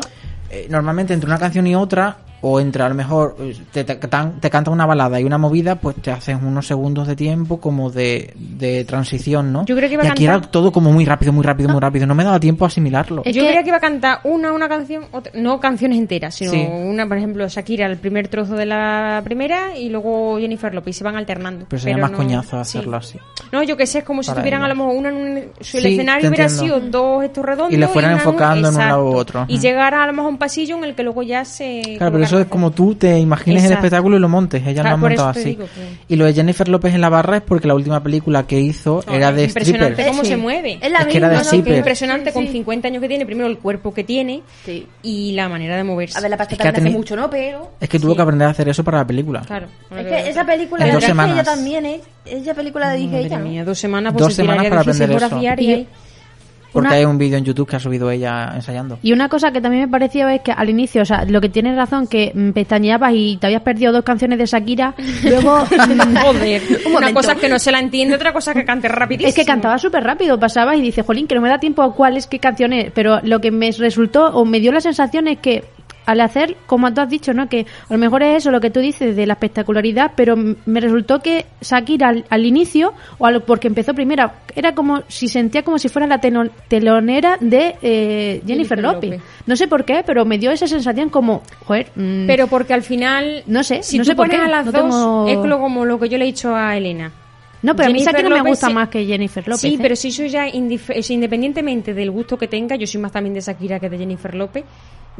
eh, normalmente entre una canción y otra, o entre a lo mejor eh, te, te, tan- te canta una balada y una movida, pues te haces unos segundos de tiempo como de, de transición, ¿no? Yo creo que iba y a aquí cantar- Eh, era todo como muy rápido, muy rápido, muy rápido. No me daba tiempo a asimilarlo. yo creía que iba a cantar una una canción, otra- no canciones enteras, sino Sí. una, por ejemplo, Shakira el primer trozo de la primera y luego Jennifer López y se van alternando. Pero sería más no- coñazo sí. hacerlo así. No, yo que sé, es como si Para tuvieran ellos. a lo mejor una en un, su Sí, el te escenario hubiera entiendo. sido dos estos redondos Y le fueran una enfocando en un exacto. lado u otro. Y Ujú. llegara a lo mejor a un pasillo en el que luego ya se Claro, pero eso es como tú te imagines el Exacto. espectáculo y lo montes. Ella Claro, lo ha por montado eso te así. digo que- Y lo de Jennifer López en la barra es porque la última película que hizo era de impresionante stripper. cómo Sí. se mueve. Es la Es que era misma, de ¿no? Que- stripper. impresionante Sí, con sí. 50 años que tiene, primero el cuerpo que tiene y la manera de moverse. A ver, la pasta Es que ha también hace teni- mucho, ¿no? Pero... Es que tuvo que aprender a hacer eso para la película. Claro. Es que esa película En la dos dije ella semanas. también, ¿eh? Esa película la dije ella, ¿no? dos semanas, pues, Dos se tiraría semanas para 16 aprender horas eso. diarias Y, Porque Una- hay un vídeo en YouTube que ha subido ella ensayando. y una cosa que también me pareció es que al inicio, o sea, lo que tienes razón, que mm, pestañeabas y te habías perdido dos canciones de Shakira, [laughs] luego... mm, [laughs] Joder, una momento. cosa es que no se la entiende, otra cosa es que cante rapidísimo. Es que cantaba súper rápido, pasaba y dice, jolín, que no me da tiempo a cuáles, qué canciones. Pero lo que me resultó o me dio la sensación es que al hacer, como tú has dicho, ¿no? Que a lo mejor es eso lo que tú dices de la espectacularidad, pero m- me resultó que Shakira al, al inicio, o al- porque empezó primero, era como si sentía como si fuera la teno- telonera de eh, Jennifer, Jennifer López. López. No sé por qué, pero me dio esa sensación como, joder, mm, Pero porque al final. No sé, si no tú sé por pones qué, a las no dos, tengo- es lo- como lo que yo le he dicho a Elena. no, pero a mí Jennifer Shakira me López gusta sí- más que Jennifer López. Sí, ¿eh? pero si soy ya indif- es independientemente del gusto que tenga, yo soy más también de Shakira que de Jennifer López.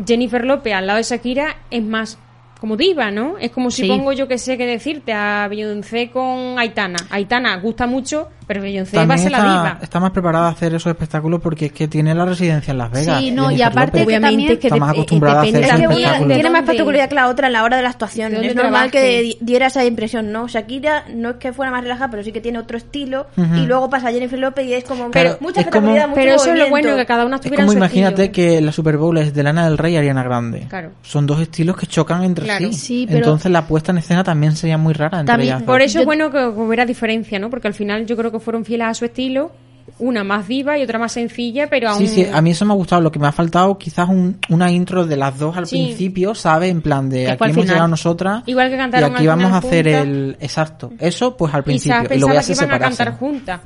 Jennifer López al lado de Shakira es más como diva, ¿no? Es como si Sí. pongo yo que sé qué decirte a Beyoncé con Aitana. Aitana gusta mucho, pero Beyoncé va a También ser la diva. está, está más preparada a hacer esos espectáculos porque es que tiene la residencia en Las Vegas. Sí, no, y Jennifer aparte López. que Obviamente también- que está más dep- acostumbrada a hacer depende esos de que dónde- espectáculos. tiene más dónde- particularidad que la otra a la hora de la actuación. de dónde Es normal que trabaje. di- diera esa impresión, ¿no? Shakira no es que fuera más relajada, pero sí que tiene otro estilo. Ujú. Y luego pasa Jennifer López y es como Claro, mucha es como- espectacularidad, mucho pero eso es lo movimiento. bueno, que cada una Es estuviera como en su estilo. imagínate que la Super Bowl es de Lana del Rey y Ariana Grande. Claro. Son dos estilos que chocan entre Claro. sí. Sí, pero- Entonces la puesta en escena también sería muy rara entre ellas. dos. Por eso es bueno que hubiera diferencia, ¿no? Porque al final yo creo que fueron fieles a su estilo, una más diva y otra más sencilla, pero aún Sí, sí, a mí eso me ha gustado. Lo que me ha faltado quizás un- una intro de las dos al Sí. principio, ¿sabes? En plan de Que aquí fue al hemos final. llegado nosotras Igual que y cantaron aquí al vamos final a hacer juntas. el... Exacto. Eso pues al Quizás principio. Y lo voy a pensaba que hacer iban a separarse. cantar juntas.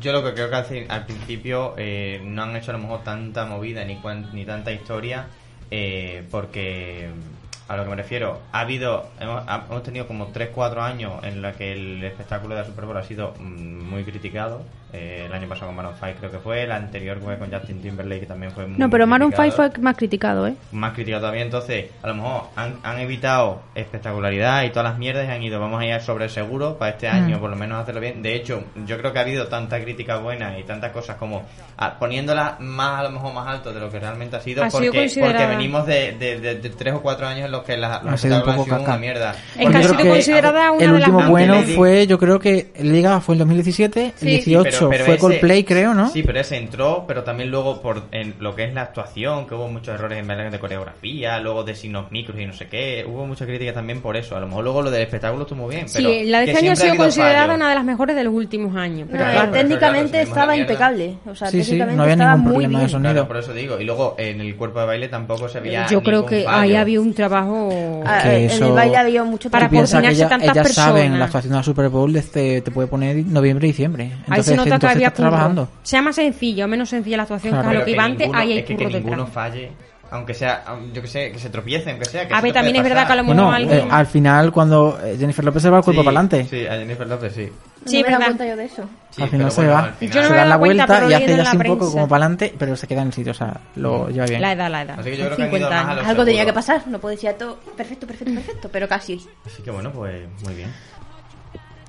Yo lo que creo que hace- al principio eh, no han hecho a lo mejor tanta movida ni, cuan- ni tanta historia eh, porque mm, a lo que me refiero, ha habido, hemos, ha- hemos tenido como 3-4 años en la que el espectáculo de la Super Bowl ha sido mm, muy criticado. Eh, el año pasado con Maroon 5 creo que fue, el anterior fue con Justin Timberlake que también fue muy No, pero Maroon 5 criticado fue más criticado, ¿eh? más criticado todavía. Entonces, a lo mejor han, han evitado espectacularidad y todas las mierdas y han ido, vamos a ir sobre el seguro para este año, Mm. por lo menos hacerlo bien. De hecho, yo creo que ha habido tanta crítica buena y tantas cosas como ah, poniéndolas más, a lo mejor más alto de lo que realmente ha sido, Ha sido porque, porque considerada- venimos de, de- de- de tres o cuatro años en los los que la, los Ha sido un espectáculos poco han sido caca. una mierda. Es que ha sido considerada una el de las último más bueno Antes de- fue, yo creo que Liga fue en 2017, el 18 Sí, pero- pero fue ese- Coldplay, creo, ¿no? Sí, pero ese entró, pero también luego por en lo que es la actuación, que hubo muchos errores en verdad de coreografía, luego de signos micros y no sé qué, hubo mucha crítica también por eso. A lo mejor luego lo del espectáculo estuvo bien, pero sí, la de que este año ha siempre sido habido considerada fallos. una de las mejores de los últimos años. No, Claro, pero claro, si técnicamente vemos la estaba mierda. impecable. O sea, Sí, sí, técnicamente no había estaba ningún muy problema de bien. sonido. Claro, por eso digo. Y luego en el cuerpo de baile tampoco se veía Yo creo ningún que fallo. ahí había un trabajo Ah, eh, en el baile había mucho para Tú piensas que coordinarse ella- tantas ellas saben, la personas. actuación de la Super Bowl este, te puede poner noviembre y diciembre. Entonces, ahí se nota que entonces había estás curro. trabajando. Sea más sencilla o menos sencilla la actuación Claro. que a lo Pero que que iba antes, Ninguno- ahí hay es que, que curro detrás. ninguno falle, aunque sea, yo que sé, que se tropiece, aunque sea. Que A eso ver, te también puede es verdad que a pasar. lo mejor Bueno, eh, alguien- al final, cuando eh, Jennifer López se va el cuerpo Sí, para adelante, Sí, a Jennifer López sí. Sí, Sí, no me he dado ¿verdad? cuenta yo de eso. Sí, al pero final se bueno, va, al final- Yo no se me da la daba cuenta, vuelta, pero y lo hace vi en ya así la un poco prensa. Mm, como para adelante, pero se queda en el sitio, o sea, lo lleva bien. La edad, la edad. Así que yo Son creo que han ido 50 más a años. lo Algo tenía que seguro. pasar, no podía todo perfecto, perfecto, perfecto, pero casi. Así que bueno, pues muy bien.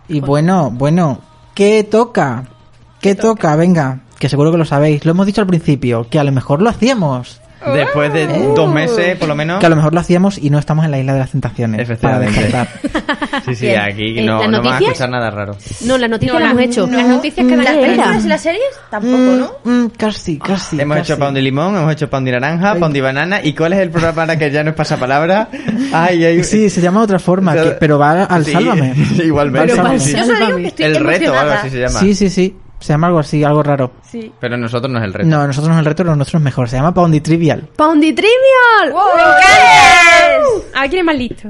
Y bueno, bueno, ¿qué toca? ¿Qué toca? Venga, que seguro que lo sabéis. Lo hemos dicho al principio, que a lo mejor lo hacíamos. Después de dos meses, por lo menos. Que a lo mejor lo hacíamos y no estamos en la isla de las tentaciones. Para Efectivamente. descartar. [laughs] Sí, sí, Bien. aquí Eh, no, ¿las no vas a noticias? escuchar nada raro. No, las noticias las hemos hecho. Las noticias que dan Las espera. películas y las series tampoco, ¿no? Mm, casi, Ah. casi. Hemos casi. hecho pan de limón, hemos hecho pan de naranja, pan de banana. ¿Y cuál es el programa ahora que ya no [laughs] es pasapalabra? Ay, ay, Sí, se llama de otra [laughs] forma, que- pero va al Sí, Sálvame. [laughs] igualmente. Pero sí, al sí. Yo solo digo que estoy El reto, emocionada. algo así se llama. Sí, sí, sí. Se llama algo así, algo raro. Sí. Pero nosotros no es el reto. No, nosotros no es el reto, lo nuestro es mejor. Se llama Poundy Trivial. ¡Poundy Trivial! ¡Me encanta! A ver quién es más listo.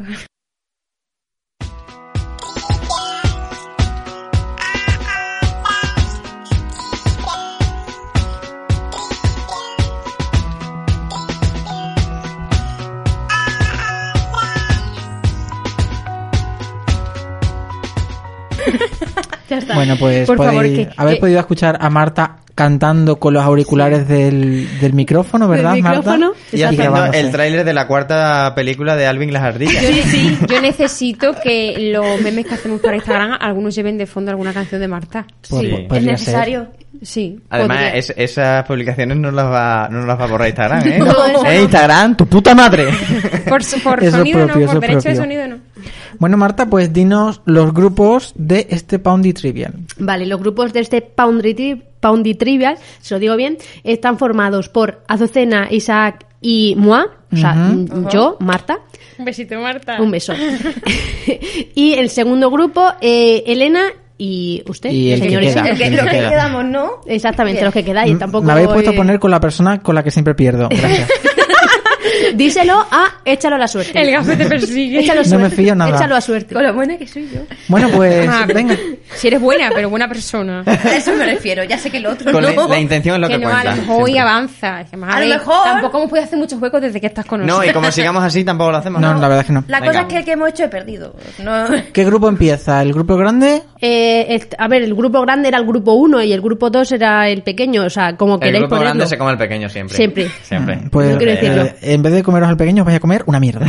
Ya está. Bueno, pues Por podéis, favor, que- habéis que- podido escuchar a Marta cantando con los auriculares del, del micrófono, ¿verdad, Marta? Pues, Y Y haciendo grabándose. el tráiler de la cuarta película de Alvin y las ardillas. Yo, yo necesito que los memes que hacemos para Instagram, algunos lleven de fondo alguna canción de Marta. Pues- Sí. pues podría ¿Es ser. necesario? Sí. Además, podría. es- esas publicaciones no las va, no las va a borrar Instagram, ¿eh? No, esa ¿Eh, no. Instagram, tu puta madre. Por, su- por Eso es sonido propio, no, eso por es derecho propio. de sonido no. [laughs] Bueno, Marta, pues dinos los grupos de este Poundy Trivial. Vale, los grupos de este Poundry, Tri- Poundy Trivial, si lo digo bien, están formados por Azucena, Isaac y Moi, o sea, Ujú. mm, yo, Marta, Un besito, Marta. un [laughs] beso. y el segundo grupo, eh, Elena y usted, Y el que señorita. queda, El que- el lo que que queda. quedamos, ¿no? Exactamente, Bien. los que quedáis. Tampoco Me habéis puesto a voy- poner con la persona con la que siempre pierdo. Gracias. [laughs] Díselo a échalo a la suerte. El gafe te persigue. Échalo a No me suerte. fío nada. Échalo a suerte. Con lo buena que soy yo. Bueno, pues Ah, venga. Si eres buena, pero buena persona. A eso me refiero, ya sé que el otro Con no. la- la intención es lo que, no, cuenta. a lo mejor hoy avanza. Es que, A lo madre, mejor- Tampoco hemos podido hacer muchos juegos desde que estás con No, nosotros. y como sigamos así tampoco lo hacemos. No, la verdad es que no. La cosa es que el que hemos hecho he perdido. [laughs] No. ¿Qué grupo empieza? ¿El grupo grande? Eh, est- a ver, el grupo grande era el grupo 1 y el grupo 2 era el pequeño. O sea, como El queréis grupo grande ponerlo. se come al pequeño siempre. Siempre. Siempre. Pues No quiero decirlo. eh, en vez de comeros al pequeño, os vais a comer una mierda.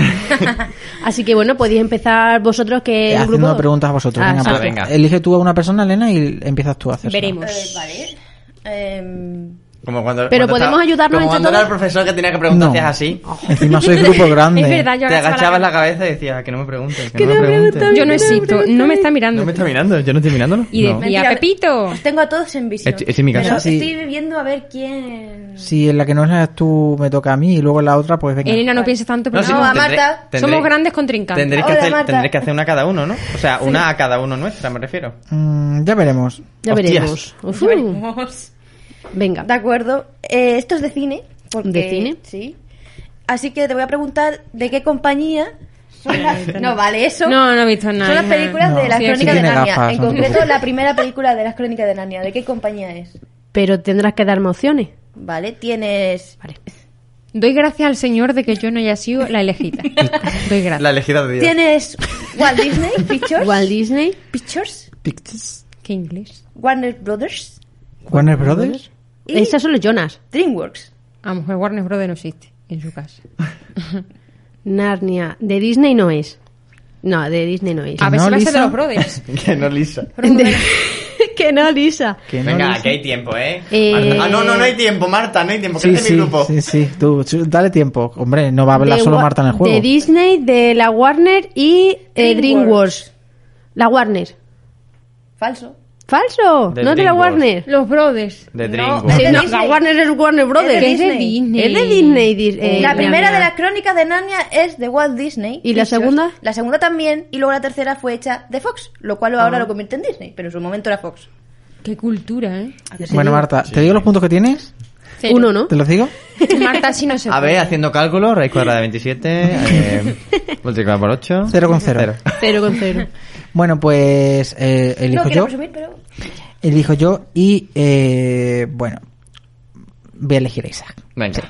Así que bueno, podéis empezar vosotros Eh, que el Eh, Haciendo grupo... preguntas a vosotros. Ah, venga, exacto. pues, Ah, venga. Elige tú a una persona, Elena, y empiezas tú a hacer. Eh, vale. Em, Como cuando, Pero cuando podemos ayudarnos como entre cuando era todos. Oh, el profesor que tenía que preguntar No. hacías así. Encima soy grupo grande. Es verdad, yo Te agachaba la agachabas la cabeza y decías, que no me preguntes, que, Que no me no me preguntes. Yo no existo. No me está mirando. No me está mirando, yo no estoy mirándolo. Y No. decía, Pepito. Os tengo a todos en visión. Estoy- estoy en mi casa. Pero Sí. estoy viendo a ver quién. Si en la que no es tú me toca a mí y luego en la otra, pues venga. Elena, no pienses tanto. No, porque sí, No, a tendré- Marta. tendré- Pues Somos grandes contrincantes. Tendréis que, Hola, hacer, Marta. tendréis que hacer una cada uno, ¿no? O sea, una a cada uno nuestra, me refiero. Mm, ya veremos. Ya Hostias. veremos. Ujú. Venga. De acuerdo. Eh, esto es de cine. Porque, ¿De cine? Sí. Así que te voy a preguntar de qué compañía. son las- No, vale, eso. No, no he visto nada. Son las películas No. de las Sí, crónicas sí. de tiene Narnia. gafas, en no te concreto, preocupes. la primera película de las crónicas de Narnia. ¿De qué compañía es? Pero tendrás que darme opciones. Vale, tienes. Doy gracias al Señor de que yo no haya sido la elegida. Doy gracias. La elegida de Dios. [laughs] Tienes Walt Disney Pictures. Walt Disney. Pictures. Pictures. ¿Qué inglés? Warner Brothers. Warner Brothers. Y Esas son los Jonas. DreamWorks. A lo mejor Warner Brothers no existe en su casa. Narnia. De Disney no es. No, de Disney no es. [laughs] Ah, A ver si va a ser de los Brothers. que no lisa. De- que no, Lisa. Que no, Venga, Lisa. que hay tiempo, ¿eh? Eh, Marta- Ah, no, no, no hay tiempo, Marta, no hay tiempo. Que Sí, es de sí, mi grupo. sí, sí, tú, sí, dale tiempo. Hombre, no va a hablar De solo Wa- Marta en el juego. De Disney, de la Warner y eh, DreamWorks. La Warner. Falso. ¿Falso? De ¿No es de la DreamWorks. Warner? Los Brothers. De No, Dreamworks. no, la Warner es Warner Brothers. Es de Disney. Es de Disney. Dis- eh, la mira, primera mira. de las crónicas de Narnia es de Walt Disney. ¿Y la segunda? La segunda también, y luego la tercera fue hecha de Fox, lo cual ahora lo convierte en Disney, pero en su momento era Fox. Qué cultura, ¿eh? Bueno, Marta, ¿te digo los puntos que tienes? Uno, ¿no? ¿Te los digo? [laughs] Marta, si no se A ver, haciendo cálculos, raíz cuadrada de 27, [laughs] eh, multiplicado por 8. Cero con cero. Cero con cero. Bueno, pues eh, elijo no quiero yo. presumir, pero Elijo yo y, eh, bueno, voy a elegir a Isaac. Venga.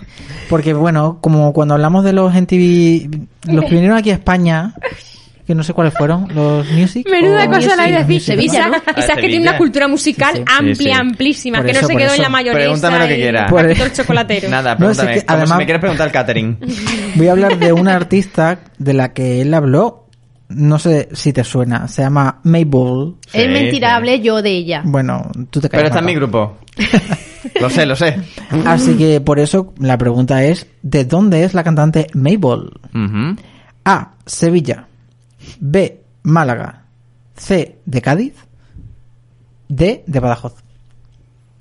Porque, bueno, como cuando hablamos de los MTV, los que vinieron aquí a España, que no sé cuáles fueron, los Music. Menuda o- cosa Oh, la Sí, vida los decir. Music, ¿no? Sevilla, Ah, Isaac que tiene Sevilla. una cultura musical Sí, sí. amplia, Sí, sí. amplísima, Por que eso, no se por quedó eso. en la mayonesa. Pregúntame lo que y quieras. el Por- paquito del chocolatero. Nada, Pues- No, es pregúntame. que como si además- me quieres preguntar el catering. Voy a hablar de una artista de la que él habló. No sé si te suena. Se llama Mabel. es Sí, mentira, hablé yo de ella. Bueno, tú te Pero callas. está en mi Marta. [laughs] grupo. Lo sé, lo sé. Así que por eso la pregunta es: ¿de dónde es la cantante Mabel? Ujú. A. Sevilla. B. Málaga. C. De Cádiz. D. De Badajoz.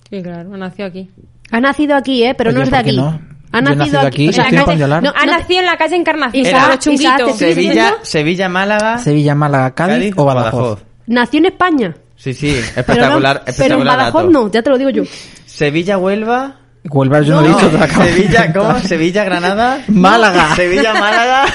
Sí, claro, nació aquí. Ha nacido aquí, ¿eh? Pero Oye, no es de Pues ¿por qué aquí. no? Yo Ha he nacido nacido aquí, aquí. yo estoy en Pandelar. no, Ha no- nacido Ah, en la calle Encarnación, Isaac, los chunguitos. Isaac, te- Sevilla, diciendo? Sevilla, Ah. Málaga, Sevilla, Málaga, Cádiz, Cádiz o Badajoz. Nació en España. [laughs] Sí, sí, Pero, no- espectacular, pero en espectacular Badajoz dato. no, ya te lo digo yo. Sevilla, Huelva. Huelva, yo no, lo he dicho. te lo acabo de [laughs] Sevilla, ¿cómo? inventar. Sevilla, Granada. Málaga. [laughs] Sevilla, Málaga.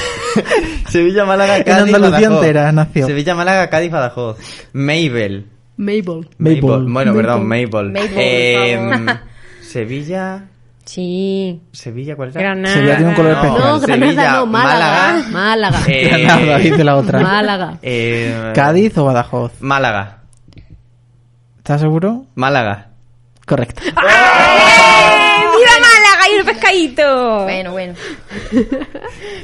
Sevilla, Málaga, Cádiz, Andalucía Badajoz. entera nació. Sevilla, Málaga, Cádiz, Badajoz. Mabel. Mabel. Mabel. Bueno, perdón, Mabel. Mabel, Eh, por favor. [laughs] Sevilla, Sí, Sevilla, ¿cuál era? Granada. Sevilla tiene un color especial. No, Granada Sevilla, no, Málaga. Málaga. Eh, Granada, dice la otra. Málaga. eh, ¿Cádiz o Badajoz? Málaga. ¿Estás seguro? Málaga. Correcto. Ah, ¡Eh, ¡Viva Málaga y el pescadito! bueno, bueno.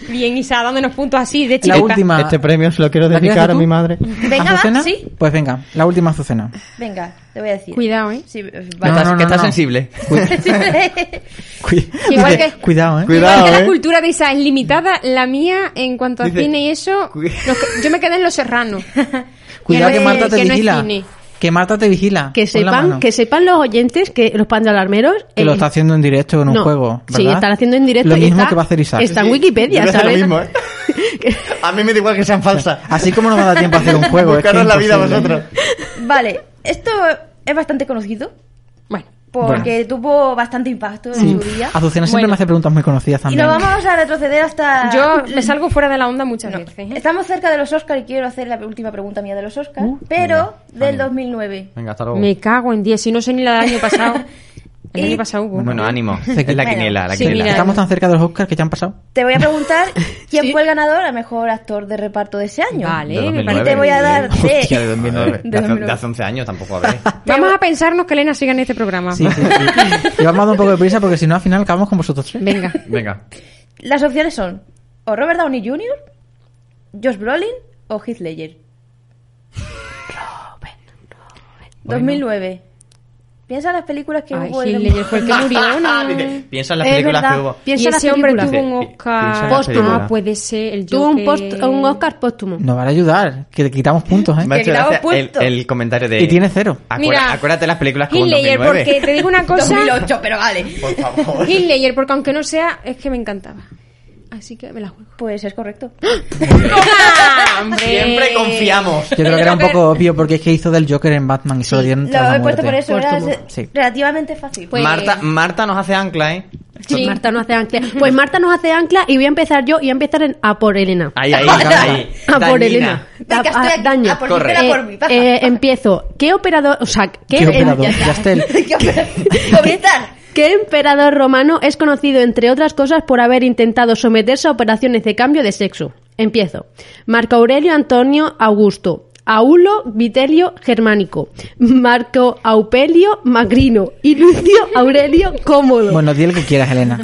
Bien, Isa, dándonos puntos así de La chiquita. última. Este premio se lo quiero ¿La quieres dedicar tú? a mi madre. Venga, va, ¿Azucena? sí. Pues venga, la última Azucena. Venga, te voy a decir. Cuidado, ¿eh? Sí, vale. estás- que estás sensible. [laughs] [laughs] Cu- [laughs] Igual dice, que- Cuidado, eh. Igual [laughs] Cuidado, que la ¿eh? cultura de Isa es limitada, la mía en cuanto a Dice, cine y eso, [laughs] "Cui- los que- yo me quedé en Los Serranos. Cuidado que es- Marta te que no es vigila. cine. que Marta te vigila. Que Pon la sepan, mano. que sepan los oyentes que los pandalarmeros. Que lo eh, está haciendo en directo en un no, juego. ¿verdad? Sí, están haciendo en directo. Lo y mismo está- que va a hacer Isaac. Está en Sí, Wikipedia, yo voy a hacer ¿sabes? [laughs] lo mismo, ¿eh? A mí me da igual que sean falsas. Así como no me da tiempo a hacer un juego. es que Buscaros es la vida imposible. vosotros. Vale, esto es bastante conocido Bueno, porque tuvo bastante impacto en su día. Azucena siempre Bueno. me hace preguntas muy conocidas Y también. nos vamos a retroceder hasta. yo me salgo fuera de la onda muchas No. veces. ¿eh? Estamos cerca de los Oscars y quiero hacer la última pregunta mía de los Oscars, Uh, pero del 2009. Venga, hasta luego. Me cago en 10, si no soy ni la del año [laughs] pasado. El Y- año pasado hubo. Bueno, ánimo. Se- Es la Bueno, quiniela, la sí, quiniela. mira. Estamos tan cerca de los Oscars que ya han pasado. Te voy a [laughs] preguntar quién fue el ganador a mejor actor de reparto de ese año. vale, De me 2009. parece Y te voy a [laughs] dar de. Hostia, de 2009. De hace, 2009. de hace 11 años tampoco habré. Vamos a pensarnos que Elena siga en este programa. Sí, sí, sí. Y vamos a dar un poco de prisa porque si no al final acabamos con vosotros tres. Venga. Venga. Las opciones son o Robert Downey Jr., Josh Brolin o Heath Ledger. 2009. Piensa en las películas que Ay, hubo Heath en Ledger fue el que murió, ¿no? [laughs] Dice, Piensa en las Es películas verdad. que hubo. [laughs] Piensa y en las ese hombre películas. tuvo un Dice, piensa Oscar. en las películas. Ah, puede ser el Tuvo un, Joker. post- un Oscar póstumo. Nos van a ayudar, que le quitamos puntos, ¿eh? Me ha hecho quitaba gracia el, puntos. el comentario de. Y tiene cero. Acuera- Mira, acuérdate las películas que hubo en Hitler, 2009. porque te [laughs] digo una cosa. 2008, pero [laughs] vale. [laughs] Por favor. Hitler, porque aunque no sea, es que me encantaba. Así que me la juego. Pues es correcto. Siempre confiamos. Yo creo que era un poco obvio porque es que hizo del Joker en Batman y se lo dieron tras Lo la he puesto muerte. por eso, era Póstumo. Sí. relativamente fácil. Pues- Marta, Marta nos hace ancla, ¿eh? Pues Marta no hace ancla. Pues Marta nos hace ancla y voy a empezar yo y voy a empezar en A por Elena. Ahí, ahí, ahí. A Ah, por Ah, Dañina. Elena. Venga, A- estoy a- aquí. daño. A por mí, Corre. espera Ah, pues por mí, pasa. ah, [laughs] Eh, empiezo. ¿Qué operador, o sea, qué, ¿Qué em- operador? ya- Yastel. ¿Qué opera- [laughs] Comentar. qué emperador romano es conocido, entre otras cosas, por haber intentado someterse a operaciones de cambio de sexo? Empiezo. Marco Aurelio Antonio Augusto. Aulo Vitelio Germánico, Marco Aupelio Magrino y Lucio Aurelio Cómodo. Bueno, di el que quieras, Elena.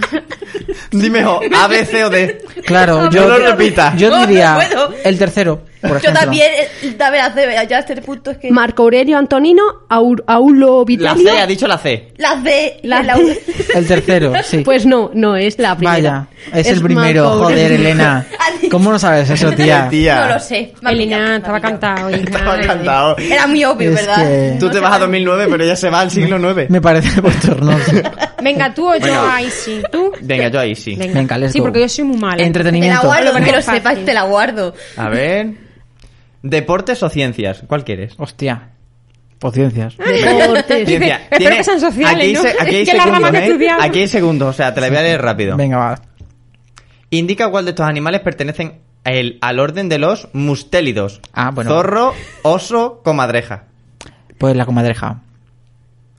Dime, o A, B, C o D. Claro, No yo lo repita. Yo No, no diría puedo. el tercero. Por Yo ejemplo. también, eh, también hace, ya a este punto es que... Marco Aurelio Antonino, Aur- Aulo La Vitelio. C, ha dicho la C. Las de... La- El tercero, sí. Pues no, no, es la primera. Vaya, es, el Marco primero, Aurelio. joder, [laughs] Elena. ¿Cómo lo sabes eso, tía? No lo sé. Elena, estaba cantado. [laughs] hija. Estaba encantado. Era muy obvio, Es ¿verdad? que- Tú te vas a 2009, pero ella se va [laughs] al siglo 9. Me parece bochornoso. Venga, tú o yo, Venga. ahí sí. Tú. Venga, yo ahí sí. Venga. Venga, let's Sí, go. porque yo soy muy mala. Entretenimiento. Te la guardo, Lo para que lo más fácil. sepas, te la guardo. A ver. ¿Deportes o ciencias? ¿Cuál quieres? Hostia. Pociencias. Ah. Deportes. Ciencia. [laughs] Espero Tiene- que sean sociales, aquí hay, ¿no? se- aquí hay Es [laughs] que la rama segundos, que ¿eh? estudiamos. Aquí hay segundos, o sea, te la voy a leer rápido. Venga, va. Indica cuál de estos animales pertenecen a el- al orden de los mustélidos. Ah, bueno. Zorro, oso, comadreja. Pues la comadreja.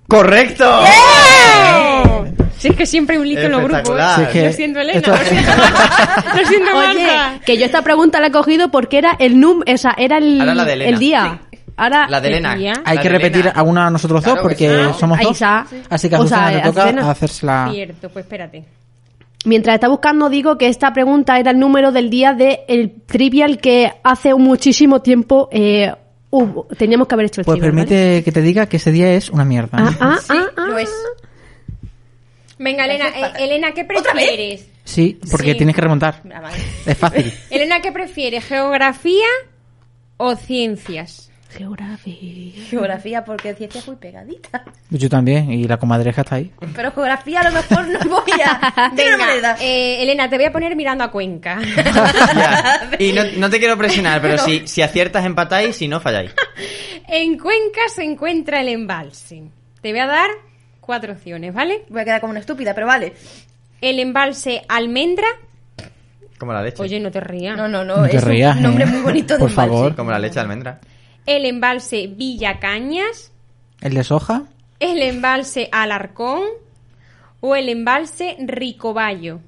¡Correcto! ¡Eh! Sí, es que siempre hay un lito en los grupos. Espectacular. Sí, es que Lo siento, Elena. esto- [laughs] Lo siento, lo siento, Marta. Oye, que yo esta pregunta la he cogido porque era el num, o sea, era el, Ahora la de Elena. el día. Ahora La de el Elena. día. Hay La que de repetir Elena. a una a nosotros dos Claro que porque sí. somos Ahí dos. está. Así que a O sea, Susana le toca Azucena. hacérsela. Cierto, pues espérate. Mientras está buscando, digo que esta pregunta era el número del día de el trivial que hace muchísimo tiempo eh, hubo- teníamos que haber hecho el Pues trivial, ¿vale? permite que te diga que ese día es una mierda. Ah, ah, ah, ah. No es... Venga, Elena, eh, Elena, ¿qué prefieres? Sí, porque Sí. Ah, tienes que remontar. La madre. Es fácil. Elena, ¿qué prefieres? ¿Geografía o ciencias? Geografía. Geografía, porque ciencia es muy pegadita. Yo también, y la comadreja está ahí. Pero geografía a lo mejor no voy [laughs] a... Tiene una Venga, moneda. eh, Elena, te voy a poner mirando a Cuenca. [laughs] Ya. Y no, no te quiero presionar, pero si, si aciertas empatáis, si no falláis. En Cuenca se encuentra el embalse. Te voy a dar cuatro opciones, ¿vale? Voy a quedar como una estúpida, pero vale. El embalse Almendra. Como la leche. Oye, no te rías. No, no, no. No te es rías, un nombre eh. muy bonito de Por un balde. favor. Como la leche de almendra. El embalse Villa Cañas. ¿El de soja? El embalse Alarcón. O el embalse Ricoballo.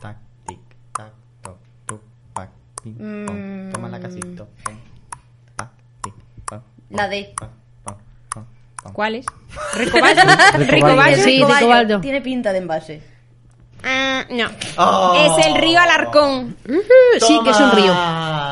Tac, tic, tac, toc, tuc, pac, pim, Mm. pom. Toma la casito. pom, pac, tic, pom, pom, La D. pac, pom, pom, pom. ¿Cuáles? [laughs] Ricoballo. Ricoballo. Tiene Sí, coballo, Ricobaldo. Tiene pinta de envase. Ah, no. Oh. Es el río Alarcón. Sí, que es un río.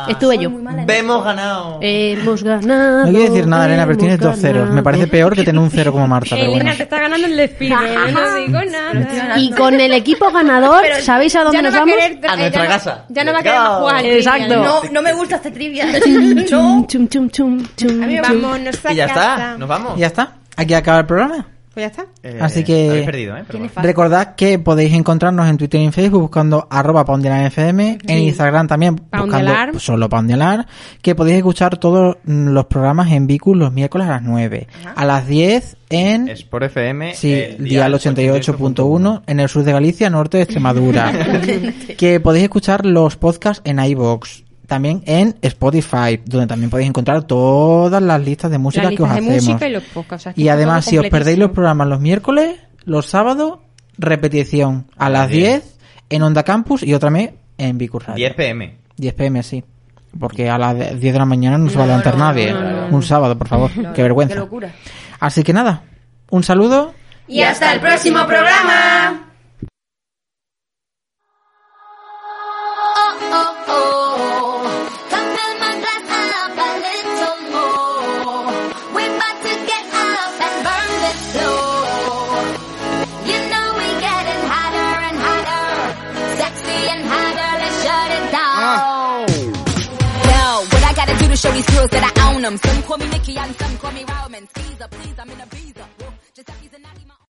Estuve yo. Vemos ganado. Eh, Hemos ganado. No quiero decir nada, Elena, pero hemos tienes dos ceros. Me ganado. parece peor que tener un cero como Marta, pero bueno. Elena, te está ganando el despido. [laughs] Yo no digo nada. Y con el equipo ganador, ¿sabéis a dónde Ya no nos va vamos? querer- A eh, nuestra ya no- casa. Ya no va a Let's querer más go. jugar. al Exacto. trivial. No, no me gusta este trivial. Chum, no. chum, chum, chum, chum. Vámonos a Y ya casa. está, nos vamos. Y ya está. Aquí acaba el programa. Pues ya está. Eh, Así que- Habéis perdido, ¿eh? Pero bueno. Recordad que podéis encontrarnos en Twitter y en Facebook buscando arroba poundelarfm, en Instagram también buscando Poundelar. solo poundelar, que podéis escuchar todos mm, los programas en Vicus los miércoles a las 9, a las 10 en... Es por FM. Sí, el dial 88.1 en el sur de Galicia, norte de Extremadura. que podéis escuchar los podcasts en iBox, también en Spotify, donde también podéis encontrar todas las listas de música Las que os listas de hacemos. música y los podcasts. Aquí Y está además, todo si os perdéis los completísimo. programas los miércoles, los sábados, repetición a las 10 en Onda Campus y otra vez en Vicus Radio. 10 pm. 10 pm, sí. Porque a las de- 10 de la mañana no se va a levantar nadie. Un sábado, por favor. qué vergüenza. Qué locura. Así que nada, un saludo. Y hasta el próximo programa. oh, oh. Come fill my glass up a little more. We're about to get up and burn this floor. You know we're getting hotter and hotter. Sexy and hotter, let's shut it down. Yo, 'em? what I gotta do to show these girls that I own them. Some call me Nicki, and some call me Robin. Please, uh, please, I'm in a beat.